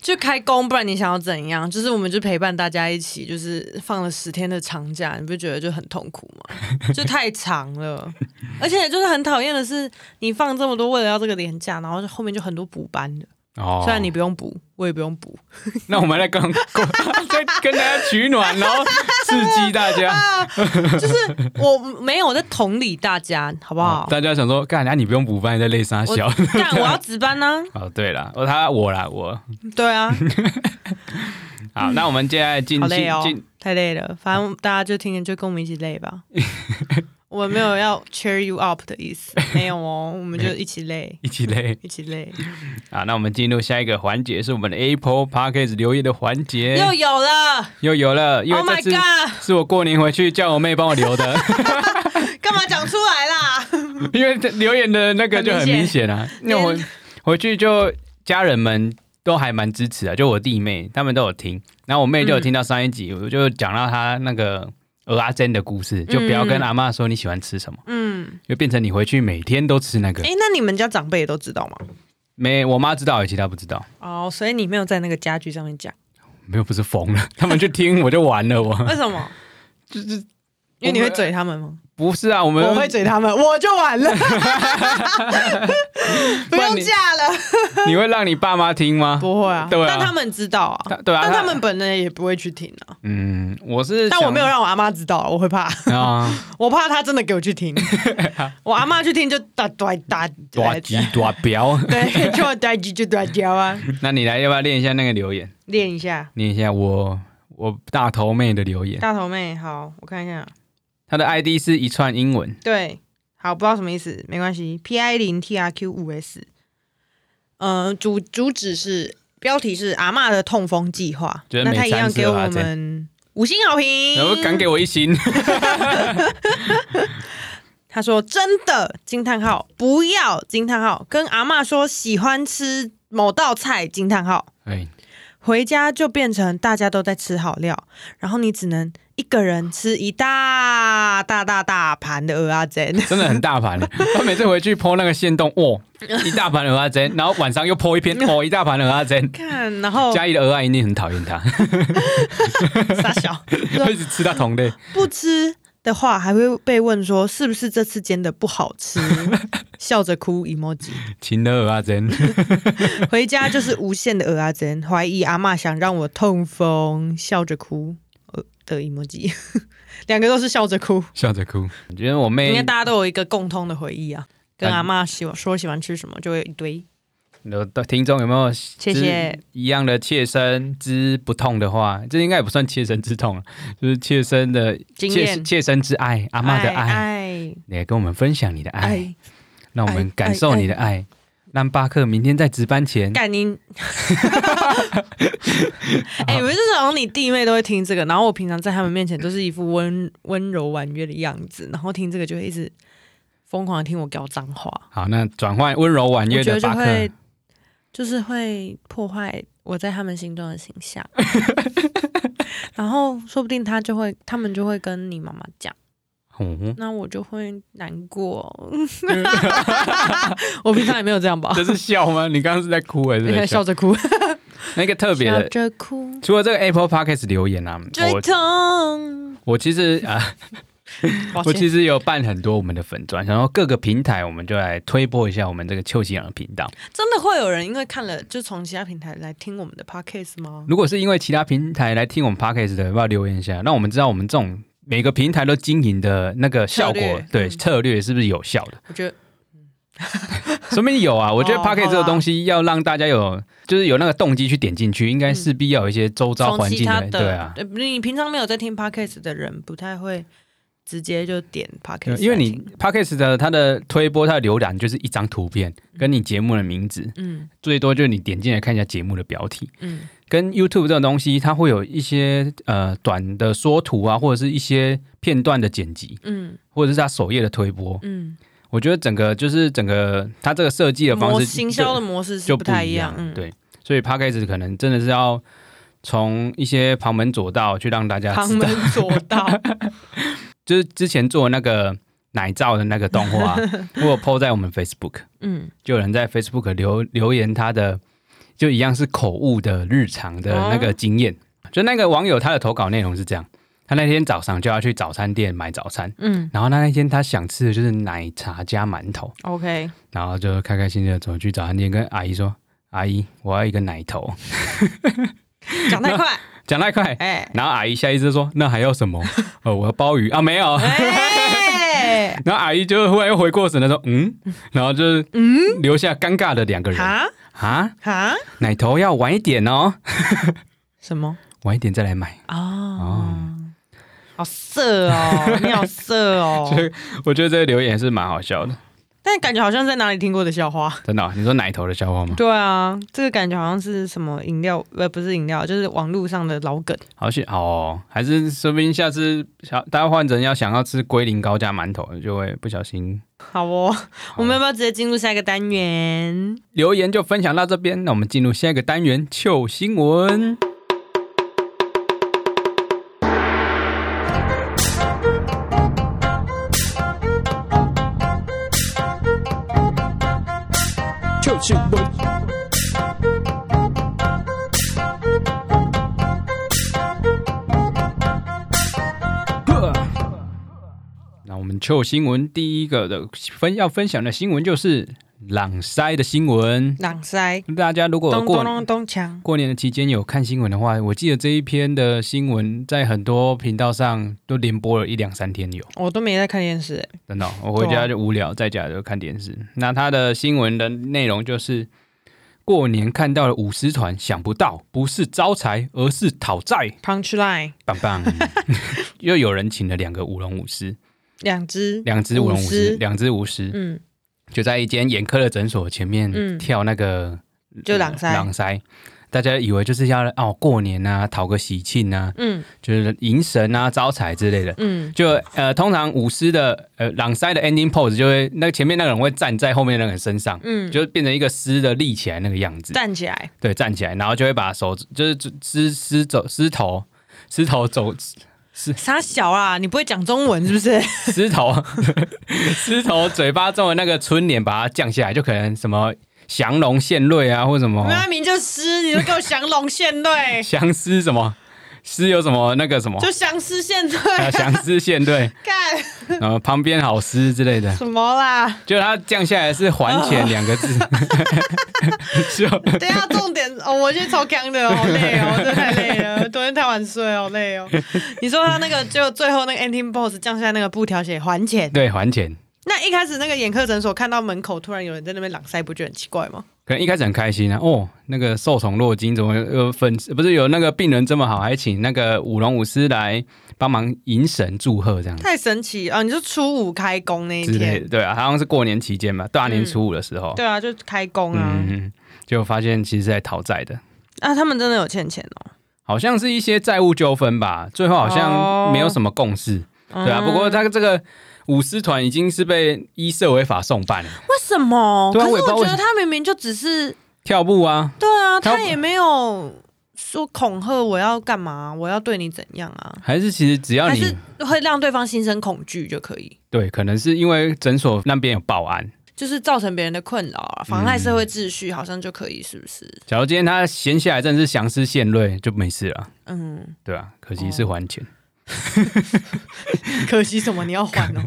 Speaker 2: 就开工，不然你想要怎样？就是我们就陪伴大家一起，就是放了十天的长假，你不觉得就很痛苦吗？就太长了，而且就是很讨厌的是，你放这么多为了要这个年假，然后就后面就很多补班的。
Speaker 1: 哦，
Speaker 2: 虽然你不用补，我也不用补
Speaker 1: 那我们来跟 再跟大家取暖，然后刺激大家。
Speaker 2: 啊，就是我没有我在同理大家，好不好？
Speaker 1: 大家想说，干啥？啊你不用补班，你在累啥
Speaker 2: 我
Speaker 1: 小？
Speaker 2: 但我要值班呢、
Speaker 1: 哦，对了，哦，他我啦，我
Speaker 2: 对啊，
Speaker 1: 好，那我们接下来进
Speaker 2: 嗯好累
Speaker 1: 进
Speaker 2: 哦
Speaker 1: 进，
Speaker 2: 太累了。反正大家就听着，就跟我们一起累 吧。我没有要 cheer you up 的意思，没有哦，我们就一起累，
Speaker 1: 一起累
Speaker 2: 一起 累。
Speaker 1: 啊！那我们进入下一个环节，是我们的 Apple Podcast 留言的环节，
Speaker 2: 又有了
Speaker 1: 又有了，因为
Speaker 2: ，Oh
Speaker 1: 这
Speaker 2: my
Speaker 1: 次
Speaker 2: god，
Speaker 1: 是我过年回去叫我妹帮我留的，
Speaker 2: 干嘛讲出来啦？
Speaker 1: 因为这留言的那个就很明显啊。
Speaker 2: 明显
Speaker 1: 那我回去就家人们都还蛮支持的，啊就我弟妹他们都有听，然后我妹就有听到上一
Speaker 2: 嗯
Speaker 1: 集，我就讲到她那个鹅阿珍的故事，就不要跟阿妈说你喜欢吃什么，
Speaker 2: 嗯，
Speaker 1: 就变成你回去每天都吃那个
Speaker 2: 哎、。那你们家长辈也都知道吗？
Speaker 1: 没，我妈知道，其他不知道。
Speaker 2: 哦，所以你没有在那个家具上面讲，
Speaker 1: 没有，不是疯了， 他们去听我就完了，我
Speaker 2: 为什么？
Speaker 1: 就是
Speaker 2: 因为你会嘴他们吗？
Speaker 1: 不是啊，我们
Speaker 2: 我会嘴他们，我就完 了，不用嫁了，
Speaker 1: 你会让你爸妈听吗？
Speaker 2: 不会啊，
Speaker 1: 对啊
Speaker 2: 但他们知道啊
Speaker 1: 他，对啊，
Speaker 2: 但他们本人也不会去听啊。
Speaker 1: 嗯，我是
Speaker 2: 但
Speaker 1: 想
Speaker 2: 我没有让我阿妈知道，我会怕，
Speaker 1: 啊，
Speaker 2: 我怕她真的给我去听，我阿妈去听就打打打
Speaker 1: 多急多彪。
Speaker 2: 对，就打鸡就打胶啊，
Speaker 1: 那你来要不要练一下那个留言？
Speaker 2: 练一下。
Speaker 1: 念一下我我大头妹的留言，
Speaker 2: 大头妹，好，我看一下，
Speaker 1: 她的 ID 是一串英文，
Speaker 2: 对，好，不知道什么意思，没关系。P I 零 T R Q 五 S，嗯、呃主主旨是标题是阿嬷的痛风计划，
Speaker 1: 觉得
Speaker 2: 那她
Speaker 1: 没
Speaker 2: 一样
Speaker 1: 餐吃
Speaker 2: 给我
Speaker 1: 啊这
Speaker 2: 们五星好评，
Speaker 1: 然后敢给我一星，
Speaker 2: 他说：“真的！”惊叹号，不要惊叹号，跟阿嬷说喜欢吃某道菜惊叹号，
Speaker 1: 哎，
Speaker 2: 回家就变成大家都在吃好料，然后你只能一个人吃一大大大大盘的鹅啊煎。
Speaker 1: 真的很大盘。他每次回去剖那个线洞，哇，一大盘鹅阿珍，然后晚上又剖一篇，哦，一大盘鹅阿珍。
Speaker 2: 看，然后
Speaker 1: 嘉义的鹅啊一定很讨厌 他，
Speaker 2: 傻小，
Speaker 1: 一直吃到同类。
Speaker 2: 不吃的话还会被问说是不是这次煎的不好吃，笑着哭 emoji。
Speaker 1: 情的鹅阿珍，
Speaker 2: 回家就是无限的鹅啊煎，怀疑阿嬷想让我痛风，笑着哭呃的 emoji，两 个都是笑着哭。
Speaker 1: 笑着哭。我觉得我
Speaker 2: 应该
Speaker 1: 妹
Speaker 2: 大家都有一个共通的回忆啊，跟
Speaker 1: 嗯
Speaker 2: 阿嬷喜欢说喜欢吃什么，就会有一堆。
Speaker 1: 有的听众有没有
Speaker 2: 谢谢
Speaker 1: 知一样的切身之不痛的话，这应该也不算切身之痛了，就是切身的
Speaker 2: 经
Speaker 1: 切
Speaker 2: 验
Speaker 1: 切身之爱，阿妈的
Speaker 2: 哎
Speaker 1: 爱，
Speaker 2: 爱哎
Speaker 1: 你来跟我们分享你的爱，
Speaker 2: 爱，
Speaker 1: 让我们感受你的爱，让巴克明天在值班前
Speaker 2: 哎干你！ 哎，我就是好像你弟妹都会听这个，然后我平常在他们面前都是一副温温柔婉约的样子，然后听这个就会一直疯狂地听我飙脏话，
Speaker 1: 好，那转换温柔婉
Speaker 2: 我
Speaker 1: 约
Speaker 2: 觉
Speaker 1: 的
Speaker 2: 得就
Speaker 1: 巴克，
Speaker 2: 会就是会破坏我在他们心中的形象， 然后说不定他就会他们就会跟你妈妈讲。
Speaker 1: 嗯，
Speaker 2: 那我就会难过。 我平常也没有这 样吧，
Speaker 1: 这是笑吗？你刚刚是在哭哎还是
Speaker 2: 你
Speaker 1: 在
Speaker 2: 看
Speaker 1: 笑
Speaker 2: 笑？着哭，
Speaker 1: 那个特别
Speaker 2: 笑
Speaker 1: 的，
Speaker 2: 着哭，
Speaker 1: 除了这个 Apple Podcast 留言啊，
Speaker 2: 最
Speaker 1: 我
Speaker 2: 痛。
Speaker 1: 我其实啊。
Speaker 2: 抱
Speaker 1: 我
Speaker 2: 歉
Speaker 1: 其实有办很多我们的粉砖，然后各个平台我们就来推播一下我们这个邱吉阳的频道。
Speaker 2: 真的会有人因为看了就从其他平台来听我们的 podcast 吗？
Speaker 1: 如果是因为其他平台来听我们 podcast 的，要不要留言一下，让我们知道我们这种每个平台都经营的那个效果
Speaker 2: 策略，
Speaker 1: 对
Speaker 2: 嗯
Speaker 1: 策略是不是有效的？
Speaker 2: 我觉得
Speaker 1: 说明有啊，我觉得
Speaker 2: 哦
Speaker 1: podcast
Speaker 2: 好啦
Speaker 1: 这个东西要让大家有，就是有那个动机去点进去，应该势必要有一些周遭
Speaker 2: 从
Speaker 1: 环
Speaker 2: 其
Speaker 1: 境
Speaker 2: 他
Speaker 1: 的，
Speaker 2: 的，
Speaker 1: 对啊。
Speaker 2: 呃你平常没有在听 podcast 的人，不太会直接就点 podcast，
Speaker 1: 因为
Speaker 2: 来
Speaker 1: 你
Speaker 2: 听
Speaker 1: podcast 的它的推播、它的浏览就是一张图片跟你节目的名字，
Speaker 2: 嗯
Speaker 1: 最多就是你点进来看一下节目的标题。
Speaker 2: 嗯
Speaker 1: 跟 YouTube 这种东西，它会有一些呃短的缩图啊，或者是一些片段的剪辑，
Speaker 2: 嗯
Speaker 1: 或者是它首页的推播。
Speaker 2: 嗯，
Speaker 1: 我觉得整个就是整个它这个设计的方
Speaker 2: 模
Speaker 1: 式，
Speaker 2: 行销的模式
Speaker 1: 嗯就是就
Speaker 2: 不
Speaker 1: 不
Speaker 2: 太
Speaker 1: 一
Speaker 2: 样，嗯，
Speaker 1: 对，所以 p a c k a g e 可能真的是要从一些旁门左道去让大家
Speaker 2: 旁
Speaker 1: 知道
Speaker 2: 门，左 道，
Speaker 1: 就是之前做那个奶罩的那个动 画、啊，我有 PO 在我们 Facebook，
Speaker 2: 嗯，
Speaker 1: 就有人在 Facebook 留留言他的，就一样是口误的日常的
Speaker 2: 哦
Speaker 1: 那个经验。就那个网友他的投稿内容是这样：他那天早上就要去早餐店买早餐，
Speaker 2: 嗯
Speaker 1: 然后他那天他想吃的就是奶茶加馒头，
Speaker 2: ，OK，
Speaker 1: 然后就开开心心的走去早餐店跟阿姨说：“阿姨，我要一个奶头。
Speaker 2: 讲 太快，”
Speaker 1: 讲太快，
Speaker 2: 哎、
Speaker 1: 然后阿姨下意识说：“那还要什么？哦，我要鲍鱼啊，没有。”
Speaker 2: 哎，
Speaker 1: 然后阿姨就忽然又回过神来说：“嗯。”然后就是嗯，留下尴尬的两个人
Speaker 2: 哈
Speaker 1: 啊。
Speaker 2: 哈，
Speaker 1: 奶头要晚一点哦，
Speaker 2: 什么
Speaker 1: 晚一点再来买。
Speaker 2: 啊？哦好 色哦，你好色哦！
Speaker 1: 就是我觉得这个留言是蛮好笑的，
Speaker 2: 但感觉好像在哪里听过的笑话。
Speaker 1: 真的哦、你说奶头的笑话吗？
Speaker 2: 对啊，这个感觉好像是什么饮料，呃，不是饮料，就是网络上的老梗。
Speaker 1: 好像哦，还是说不定下次小大家换成要想要吃龟苓膏加馒头，就会不小心。
Speaker 2: 好哦，我们要不要直接进入下一个单元？
Speaker 1: 留言就分享到这边，那我们进入下一个单元——糗新闻。
Speaker 3: 糗新闻，
Speaker 1: 那我们糗新闻第一个的分要分享的新闻就是朗塞的新闻。
Speaker 2: 朗塞，
Speaker 1: 大家如果
Speaker 2: 咚
Speaker 1: 过
Speaker 2: 咚咚咚锵，
Speaker 1: 过年的期间有看新闻的话，我记得这一篇的新闻在很多频道上都连播了一两三天有，
Speaker 2: 我都没在看电视。哎
Speaker 1: 真的哦、我回家就无聊，在家就看电视。那它的新闻的内容就是过年看到了舞狮团，想不到不是招财，而是讨债，
Speaker 2: Punchline，
Speaker 1: 棒棒！ 又有人请了两个舞龙舞狮，
Speaker 2: 两只，
Speaker 1: 两只舞龙舞
Speaker 2: 舞狮
Speaker 1: 狮，两只舞狮，
Speaker 2: 嗯，
Speaker 1: 就在一间眼科的诊所前面
Speaker 2: 嗯
Speaker 1: 跳那个
Speaker 2: 就朗塞
Speaker 1: 朗塞。大家以为就是要哦过年啊，讨个喜庆啊，
Speaker 2: 嗯
Speaker 1: 就是迎神啊、招财之类的。
Speaker 2: 嗯，
Speaker 1: 就呃，通常舞狮的呃朗塞的 ending pose 就会，那前面那个人会站在后面那个人身上，
Speaker 2: 嗯
Speaker 1: 就是变成一个狮的立起来那个样子，
Speaker 2: 站起来，
Speaker 1: 对，站起来，然后就会把手就是狮狮走狮头狮头走
Speaker 2: 傻小啊，你不会讲中文是不是？
Speaker 1: 狮头 狮头嘴巴中的那个春联把它降下来，就可能什么降龙献瑞啊，或什么
Speaker 2: 那名就诗，你就给我降龙献 瑞，
Speaker 1: 降狮什么狮有什么那个什么
Speaker 2: 就降狮献瑞，
Speaker 1: 啊降狮献 瑞，
Speaker 2: 干
Speaker 1: 然后旁边好狮之类的。
Speaker 2: 什 么啦？
Speaker 1: 就它降下来是“还钱”两个字，就
Speaker 2: 等一下重点，哦，我今天超强的，好累哦，真的太累 了，昨天太晚睡，好累哦。你说他那个就最后那个 ending boss 降下来那个布条写还钱，
Speaker 1: 对还钱。
Speaker 2: 那一开始那个眼科诊所看到门口突然有人在那边朗塞，不觉得很奇怪吗？
Speaker 1: 可能一开始很开心啊，哦，那个受宠若惊，怎么呃粉丝不是有那个病人这么好，还请那个舞龙舞狮来帮忙迎神祝贺这样
Speaker 2: 太神奇啊、哦！你是初五开工那一
Speaker 1: 之类
Speaker 2: 天，
Speaker 1: 的，对啊，好像是过年期间吧，大年初五的时候，
Speaker 2: 对啊，就开工啊。
Speaker 1: 哦嗯，就发现其实是在讨债的，
Speaker 2: 啊，他们真的有欠钱哦。
Speaker 1: 好像是一些债务纠纷吧，最后好像没有什么共识，对啊，不过他这个舞狮团已经是被依社违法送办了，
Speaker 2: 为什么？
Speaker 1: 对啊
Speaker 2: 可
Speaker 1: 我也
Speaker 2: 是
Speaker 1: 不知道
Speaker 2: 我
Speaker 1: 为
Speaker 2: 觉
Speaker 1: 什
Speaker 2: 得
Speaker 1: 么
Speaker 2: 他明明就只是
Speaker 1: 跳步啊，
Speaker 2: 对啊，
Speaker 1: 他
Speaker 2: 他也没有说恐吓我要干嘛，我要对你怎样啊，
Speaker 1: 还是其实只要
Speaker 2: 还
Speaker 1: 你
Speaker 2: 是会让对方心生恐惧就可以，
Speaker 1: 对，可能是因为诊所那边有报案。
Speaker 2: 就是造成别人的困扰
Speaker 1: 嗯
Speaker 2: 啊，妨害社会秩序，好像就可以，是不是？
Speaker 1: 假如今天他闲下来，真的是详思献瑞，就没事了，
Speaker 2: 嗯，
Speaker 1: 对吧、可惜是还
Speaker 2: 哦
Speaker 1: 钱。
Speaker 2: 可惜什么？你要还 哦。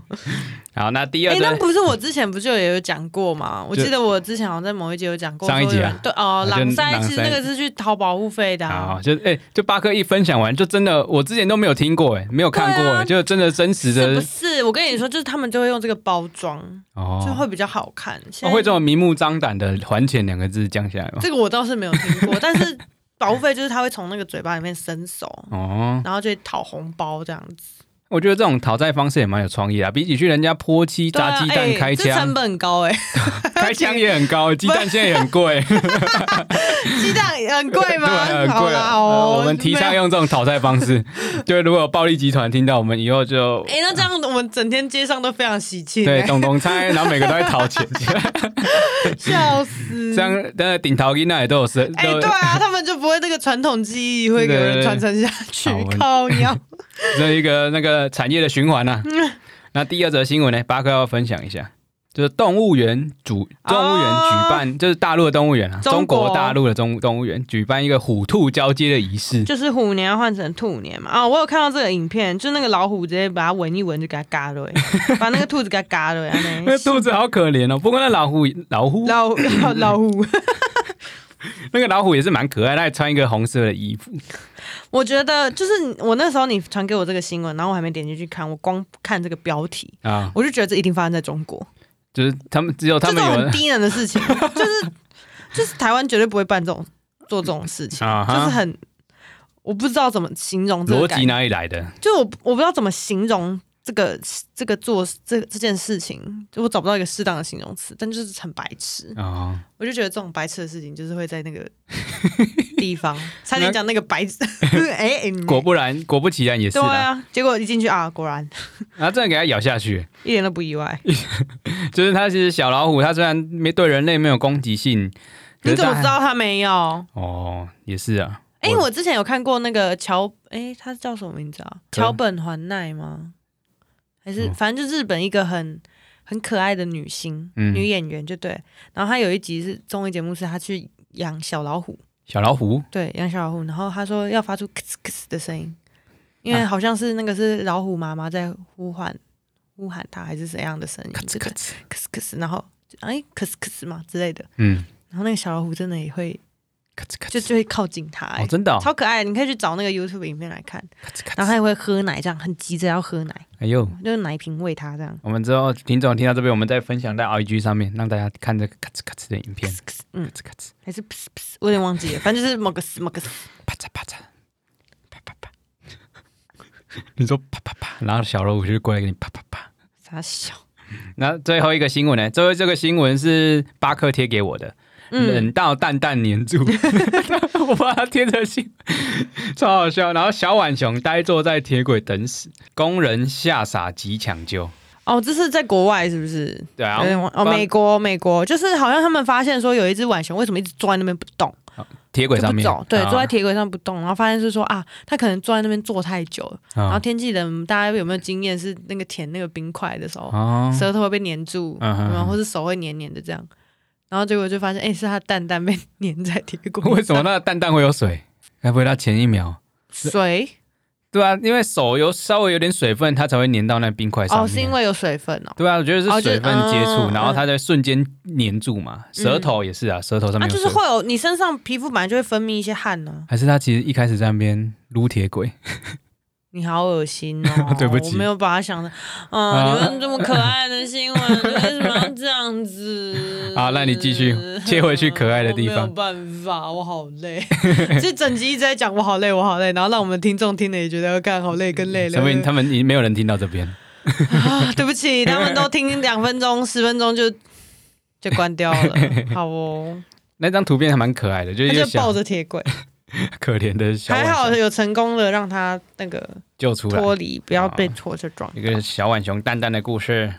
Speaker 1: 好，那第
Speaker 2: 哎、
Speaker 1: 二
Speaker 2: 那
Speaker 1: 个，
Speaker 2: 不是我之前不就也有讲过吗？我
Speaker 1: 就
Speaker 2: 记得我之前好像在某一节有讲过，
Speaker 1: 上一集啊
Speaker 2: 说有人对哦，
Speaker 1: 就
Speaker 2: 朗塞
Speaker 1: 朗
Speaker 2: 其实
Speaker 1: 塞
Speaker 2: 那个是去掏保护费的、
Speaker 1: 好，
Speaker 2: 啊，
Speaker 1: 就哎、就巴克一分享完，就真的我之前都没有听过、哎，没有看过、
Speaker 2: 对啊
Speaker 1: 哎、就真的真实
Speaker 2: 是不
Speaker 1: 的
Speaker 2: 是？我跟你说，就是他们就会用这个包装，就
Speaker 1: 哦，
Speaker 2: 会比较好看。现
Speaker 1: 哦
Speaker 2: 在
Speaker 1: 会这么明目张胆的“还钱”两个字降下来吗？
Speaker 2: 这个我倒是没有听 过，但是保护费就是他会从那个嘴巴里面伸手，
Speaker 1: 哦，
Speaker 2: 然后就讨红包这样子。
Speaker 1: 我觉得这种讨债方式也蛮有创意的啊，比起去人家泼漆、
Speaker 2: 对啊
Speaker 1: 炸鸡蛋、
Speaker 2: 哎
Speaker 1: 开
Speaker 2: 这成
Speaker 1: 枪，
Speaker 2: 本很 高哎、
Speaker 1: 开枪也很高，鸡蛋现在也很贵，
Speaker 2: 鸡蛋也很贵吗？
Speaker 1: 对，很
Speaker 2: 好
Speaker 1: 贵
Speaker 2: 啦
Speaker 1: 啊。
Speaker 2: 哦
Speaker 1: 呃，我们提倡
Speaker 2: 没有。
Speaker 1: 用这种讨债方式， 对，如果有暴力集团听到，我们以后就
Speaker 2: 哎、那这样我们整天街上都非常喜庆、
Speaker 1: 对
Speaker 2: 欸，
Speaker 1: 懂懂猜，然后每个都在讨 钱，
Speaker 2: 笑死！
Speaker 1: 这样那顶桃金那也都有生，
Speaker 2: 嗯哎、
Speaker 1: 都
Speaker 2: 对啊，他们就不会这个传统技艺会给人传承下去
Speaker 1: 对 对对好我。们
Speaker 2: 靠腰，
Speaker 1: 这一个那个产业的循环呐。
Speaker 2: 嗯
Speaker 1: 那第二则新闻呢，巴克要分享一下。就是动物园主动物园举办，就是大陆的动物园啊，
Speaker 2: 哦中
Speaker 1: 中
Speaker 2: 国
Speaker 1: 国大陆的中动物园举办一个虎兔交接的仪式，
Speaker 2: 就是虎年要换成兔年嘛。啊、我有看到这个影片，就那个老虎直接把它闻一闻就给它嘎了、 欸，把那个兔子给它嘎了、欸，这样
Speaker 1: 那兔子好可怜哦。不过那老虎老虎
Speaker 2: 老老虎，
Speaker 1: 那个老虎也是蛮可爱，它还穿一个红色的衣服，
Speaker 2: 我觉得就是我那时候你传给我这个新闻，然后我还没点进去看，我光看这个标题。
Speaker 1: 啊，
Speaker 2: 我就觉得这一定发生在中国，
Speaker 1: 就是他们只有他
Speaker 2: 这
Speaker 1: 们
Speaker 2: 种很
Speaker 1: 有
Speaker 2: 低能的 事情，就是就是台湾绝对不会办这种做这种事情，
Speaker 1: 啊
Speaker 2: 就
Speaker 1: 哈
Speaker 2: 是很我不知道怎么形容这个
Speaker 1: 逻
Speaker 2: 感
Speaker 1: 辑
Speaker 2: 觉，
Speaker 1: 哪里来的？
Speaker 2: 就我我不知道怎么形容这个这个做这这件事情，就我找不到一个适当的形容词，但就是很白痴，
Speaker 1: 哦，
Speaker 2: 我就觉得这种白痴的事情就是会在 那个地方，差点讲那个白痴， 哎、嗯
Speaker 1: 果不然，果不其然也是
Speaker 2: 对
Speaker 1: 啦。
Speaker 2: 啊，结果一进去啊，果然
Speaker 1: 然后真的给它咬下去，
Speaker 2: 一点都不意外。
Speaker 1: 就是它其实小老虎，它虽然没对人类没有攻击性，可
Speaker 2: 你
Speaker 1: 是
Speaker 2: 怎么
Speaker 1: 它
Speaker 2: 知？道他没有？
Speaker 1: 哦，也是啊。
Speaker 2: 哎、
Speaker 1: 我
Speaker 2: 我之前有看过那个桥，哎、他叫什么名字啊？
Speaker 1: 可
Speaker 2: 桥本环奈吗？还是
Speaker 1: 嗯
Speaker 2: 反正就日本一个很很可爱的女星、
Speaker 1: 嗯
Speaker 2: 女演员，就对。然后她有一集是综艺节目，是她去养小老虎，
Speaker 1: 小老虎
Speaker 2: 对，养小老虎。然后她说要发出咔哧咔哧的声音，因
Speaker 1: 啊
Speaker 2: 为好像是那个是老虎妈妈在呼唤呼喊她，还是怎样的声音？
Speaker 1: 咔哧
Speaker 2: 对
Speaker 1: 咔
Speaker 2: 对
Speaker 1: 哧，
Speaker 2: 咔哧咔哧，然后就哎咔哧咔哧嘛之类的。
Speaker 1: 嗯，
Speaker 2: 然后那个小老虎真的也会
Speaker 1: 咔哧咔
Speaker 2: 就
Speaker 1: 哧，
Speaker 2: 就会靠近它、哎
Speaker 1: 哦，真的哦，
Speaker 2: 超可爱的，你可以去找那个 YouTube 影片来看。
Speaker 1: 咔哧咔
Speaker 2: 然
Speaker 1: 哧。
Speaker 2: 后他也会喝奶，这样很急着要喝奶，
Speaker 1: 哎呦，
Speaker 2: 就是奶瓶喂他这样。
Speaker 1: 我们之后听众听到这边，我们再分享在 IG 上面，让大家看这个咔哧咔哧的影片，
Speaker 2: 嗯
Speaker 1: 咔哧咔哧，
Speaker 2: 还是噗嗤噗嗤，我有点忘记了，反正就是某个嘶某个嘶
Speaker 1: 啪嚓啪嚓，啪啪啪。你说啪啪啪，然后小老虎就过来给你啪啪啪。
Speaker 2: 傻笑。
Speaker 1: 那最后一个新闻呢？最后这个新闻是巴克贴给我的，
Speaker 2: 嗯
Speaker 1: 冷到蛋蛋黏 住，我把它贴着心，超好笑。然后小浣熊呆坐在铁轨等死，工人吓傻急抢救。
Speaker 2: 哦，这是在国外是不是？
Speaker 1: 对啊
Speaker 2: 有点忘哦，
Speaker 1: 不然
Speaker 2: 美国，美国就是好像他们发现说有一只浣熊为什么一直坐在那边不动，
Speaker 1: 铁轨
Speaker 2: 就
Speaker 1: 上
Speaker 2: 不
Speaker 1: 面
Speaker 2: 走，对，
Speaker 1: 啊
Speaker 2: 坐在铁轨上不动，然后发现是说啊，它可能坐在那边坐太久了，然后
Speaker 1: 啊
Speaker 2: 天气冷，大家有没有经验是那个舔那个冰块的时候，
Speaker 1: 啊
Speaker 2: 舌头会被粘住，
Speaker 1: 嗯哼
Speaker 2: 然后或是手会黏黏的这样，然后结果就发现，哎、是它蛋蛋被粘在铁轨上，
Speaker 1: 为什么那个蛋蛋会有水？该不会它前一秒？
Speaker 2: 水？
Speaker 1: 对啊，因为手有稍微有点水分，它才会粘到那冰块上面。
Speaker 2: 哦，是因为有水分哦。
Speaker 1: 对啊，我觉得
Speaker 2: 哦
Speaker 1: 是
Speaker 2: 就是
Speaker 1: 水分接触，
Speaker 2: 嗯
Speaker 1: 然后它在瞬间粘住嘛。舌头也是啊，舌头上
Speaker 2: 啊，
Speaker 1: 面有
Speaker 2: 就
Speaker 1: 水分。
Speaker 2: 是会有你身上皮肤本来就会分泌一些汗啊呢、
Speaker 1: 还是它其实一开始在那边撸铁轨，！
Speaker 2: 你好恶心哦
Speaker 1: 对不起
Speaker 2: 我没有把它想的，啊，你们这么可爱的新闻，你为什么要这样子？
Speaker 1: 好那你继续切回去可爱的地方
Speaker 2: 我没有办法，我好累。 这整集一直在讲我好累，我好累，然后让我们听众听了也觉得要干好累，更 累了。
Speaker 1: 说明他们没有人听到这边。
Speaker 2: 啊，对不起，他们都听两分钟、十分钟就就关 掉了。好哦，
Speaker 1: 那张图片还蛮可爱的，就是
Speaker 2: 他
Speaker 1: 一个
Speaker 2: 就抱
Speaker 1: 小
Speaker 2: 着铁轨，
Speaker 1: 可怜的小
Speaker 2: 还好
Speaker 1: 浣熊
Speaker 2: 有成功的让他那个
Speaker 1: 救出来
Speaker 2: 脱，离，不要被拖车撞
Speaker 1: 一。个小浣熊蛋蛋的故 事。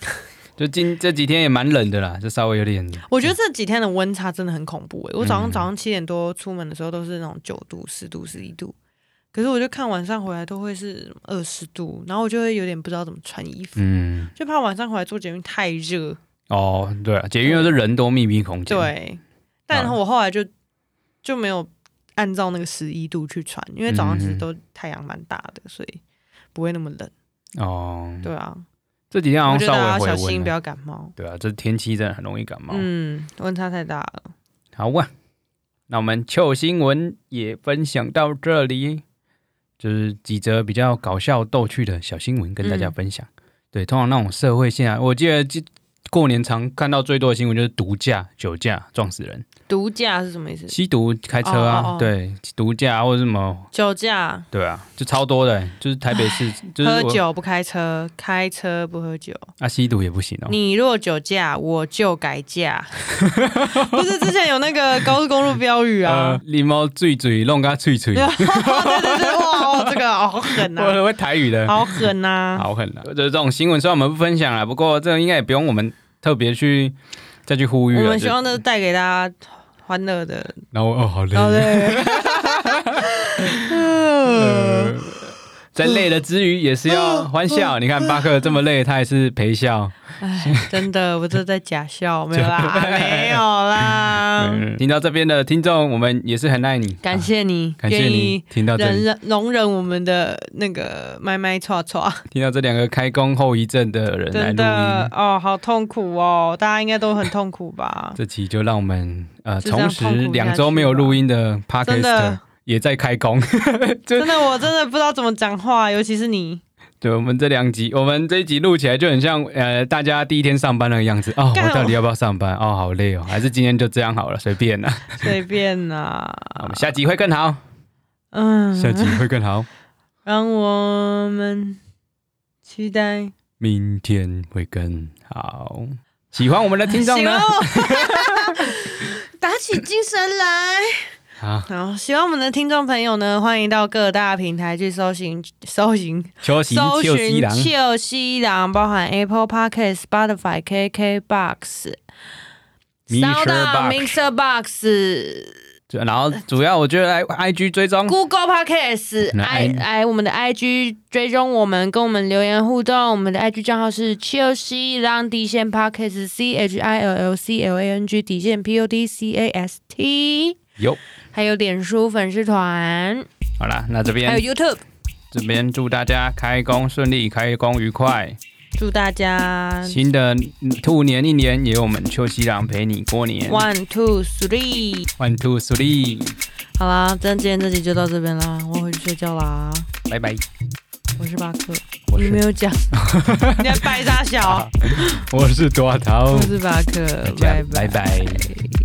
Speaker 1: 就今这几天也蛮冷的啦，就稍微有点
Speaker 2: 我觉得这几天的温差真的很恐怖诶、欸我早上
Speaker 1: 嗯
Speaker 2: 早上七点多出门的时候都是那种九度、十度、十一度，可是我就看晚上回来都会是二十度，然后我就会有点不知道怎么穿衣服，
Speaker 1: 嗯
Speaker 2: 就怕晚上回来做节目太热。
Speaker 1: 哦，对了，捷运又是人多密闭空间，，
Speaker 2: 对，但我后来就就没有按照那个十一度去穿，因为早上其实
Speaker 1: 嗯
Speaker 2: 都太阳蛮大的，所以不会那么冷。
Speaker 1: 哦，
Speaker 2: 对啊，
Speaker 1: 这几天好
Speaker 2: 我
Speaker 1: 像
Speaker 2: 觉得
Speaker 1: 稍
Speaker 2: 大家
Speaker 1: 微
Speaker 2: 小
Speaker 1: 回
Speaker 2: 心
Speaker 1: 温
Speaker 2: 不
Speaker 1: 了，
Speaker 2: 要感冒。
Speaker 1: 对啊，这天气真的很容易感冒。
Speaker 2: 嗯，温差太大了。
Speaker 1: 好哇、那我们旧新闻也分享到这里，就是几则比较搞笑逗趣的小新闻跟大家
Speaker 2: 嗯
Speaker 1: 分享。对，通常那种社会现象，我记得记过年常看到最多的新闻就是毒驾、酒驾撞死人，
Speaker 2: 毒驾是什么意思？
Speaker 1: 吸毒开车啊，
Speaker 2: 哦哦哦
Speaker 1: 对，毒驾啊或者什么，
Speaker 2: 酒驾。
Speaker 1: 对啊，就超多的、就是台北 市，就是
Speaker 2: 喝
Speaker 1: 我
Speaker 2: 酒不开车，开车不喝酒。
Speaker 1: 啊，吸毒也不行哦。
Speaker 2: 你若酒驾，我就 改嫁。 不是之前有那个高速公路标 语
Speaker 1: 呃
Speaker 2: 啊，？
Speaker 1: 狸猫醉嘴弄个脆脆，
Speaker 2: 对啊对对，哇，哦这个好 狠
Speaker 1: 我
Speaker 2: 啊，
Speaker 1: 会台语的。
Speaker 2: 好狠啊！
Speaker 1: 好狠啊！就是这种新闻，虽然我们不分享了，不过这应该也不用我们特别去再去呼吁
Speaker 2: 我
Speaker 1: 了。
Speaker 2: 们
Speaker 1: 就
Speaker 2: 希望这带给大家欢乐的，
Speaker 1: 然后哦，好累
Speaker 2: 然后对， 嗯
Speaker 1: 呃在累的之余，也是要欢笑。你看巴克这么累，他也是陪笑。
Speaker 2: 哎，真的，我这在假笑，没有啦，没有啦，
Speaker 1: 嗯听到这边的听众，我们也是很爱你，
Speaker 2: 感
Speaker 1: 啊
Speaker 2: 谢你，
Speaker 1: 感谢
Speaker 2: 愿
Speaker 1: 你
Speaker 2: 意
Speaker 1: 听到这
Speaker 2: 忍
Speaker 1: 里，
Speaker 2: 忍容忍我们的那个麦麦叉叉。
Speaker 1: 听到这两个开工后遗症的人
Speaker 2: 真
Speaker 1: 来录
Speaker 2: 的
Speaker 1: 音。？
Speaker 2: 哦，好痛苦哦，大家应该都很痛苦吧
Speaker 1: 这期就让我们呃
Speaker 2: 就这样
Speaker 1: 重
Speaker 2: 痛苦
Speaker 1: 拾
Speaker 2: 下去
Speaker 1: 两周没有录音的 p a r k e
Speaker 2: 真
Speaker 1: s t
Speaker 2: 的
Speaker 1: e 也在开工。
Speaker 2: 真的，我真的不知道怎么讲话，尤其 是你，
Speaker 1: 对，我们这两集，我们这一集录起来就很像呃，大家第一天上班那个样子哦。
Speaker 2: 干
Speaker 1: 我到底
Speaker 2: 我
Speaker 1: 要不要上班？哦，好累哦，还是今天就这样好了，随 便啦、
Speaker 2: 随便啦、
Speaker 1: 我们下集会更好，下集
Speaker 2: 嗯，
Speaker 1: 会更好，
Speaker 2: 让我们期待。
Speaker 1: 明天会更好。喜欢我们的听众
Speaker 2: 喜欢
Speaker 1: 呢？
Speaker 2: 我， 打起精神来。
Speaker 1: 啊，
Speaker 2: 好，喜欢我们的听众朋友呢，欢迎到各大平台去搜寻、搜寻、
Speaker 1: 休息
Speaker 2: 搜
Speaker 1: 休息
Speaker 2: 寻
Speaker 1: 郎，
Speaker 2: 旧西郎，包含 Apple Podcast、Spotify、KK Box、
Speaker 1: Mixer
Speaker 2: Sound
Speaker 1: Box
Speaker 2: Mixer Box、
Speaker 1: 就然后主要我觉得来 IG 追踪，
Speaker 2: Google Podcast、
Speaker 1: 嗯那
Speaker 2: I 来我们的 IG 追踪我们，跟我们留言互动。我们的 IG 账号是 Chill C 浪底线 Podcast C H I L L C L A N G 底线 P O D C A S T，
Speaker 1: 有
Speaker 2: 还有脸书粉丝团，
Speaker 1: 好啦，那这
Speaker 2: 还
Speaker 1: 边
Speaker 2: 有 YouTube。
Speaker 1: 这边祝大家开工顺利，开工愉快。
Speaker 2: 祝大家
Speaker 1: 新的嗯兔年一年，也有我们秋夕郎陪你过年。
Speaker 2: one two three。
Speaker 1: One two three，
Speaker 2: 好啦，那今天这集就到这边啦，我回去睡觉啦。
Speaker 1: 拜拜。
Speaker 2: 我是巴克，
Speaker 1: 我
Speaker 2: 你
Speaker 1: 是哦
Speaker 2: 没 有讲，你在白大小，
Speaker 1: 我是多头
Speaker 2: 我，是巴克，
Speaker 1: 这样拜
Speaker 2: 拜拜。
Speaker 1: 拜。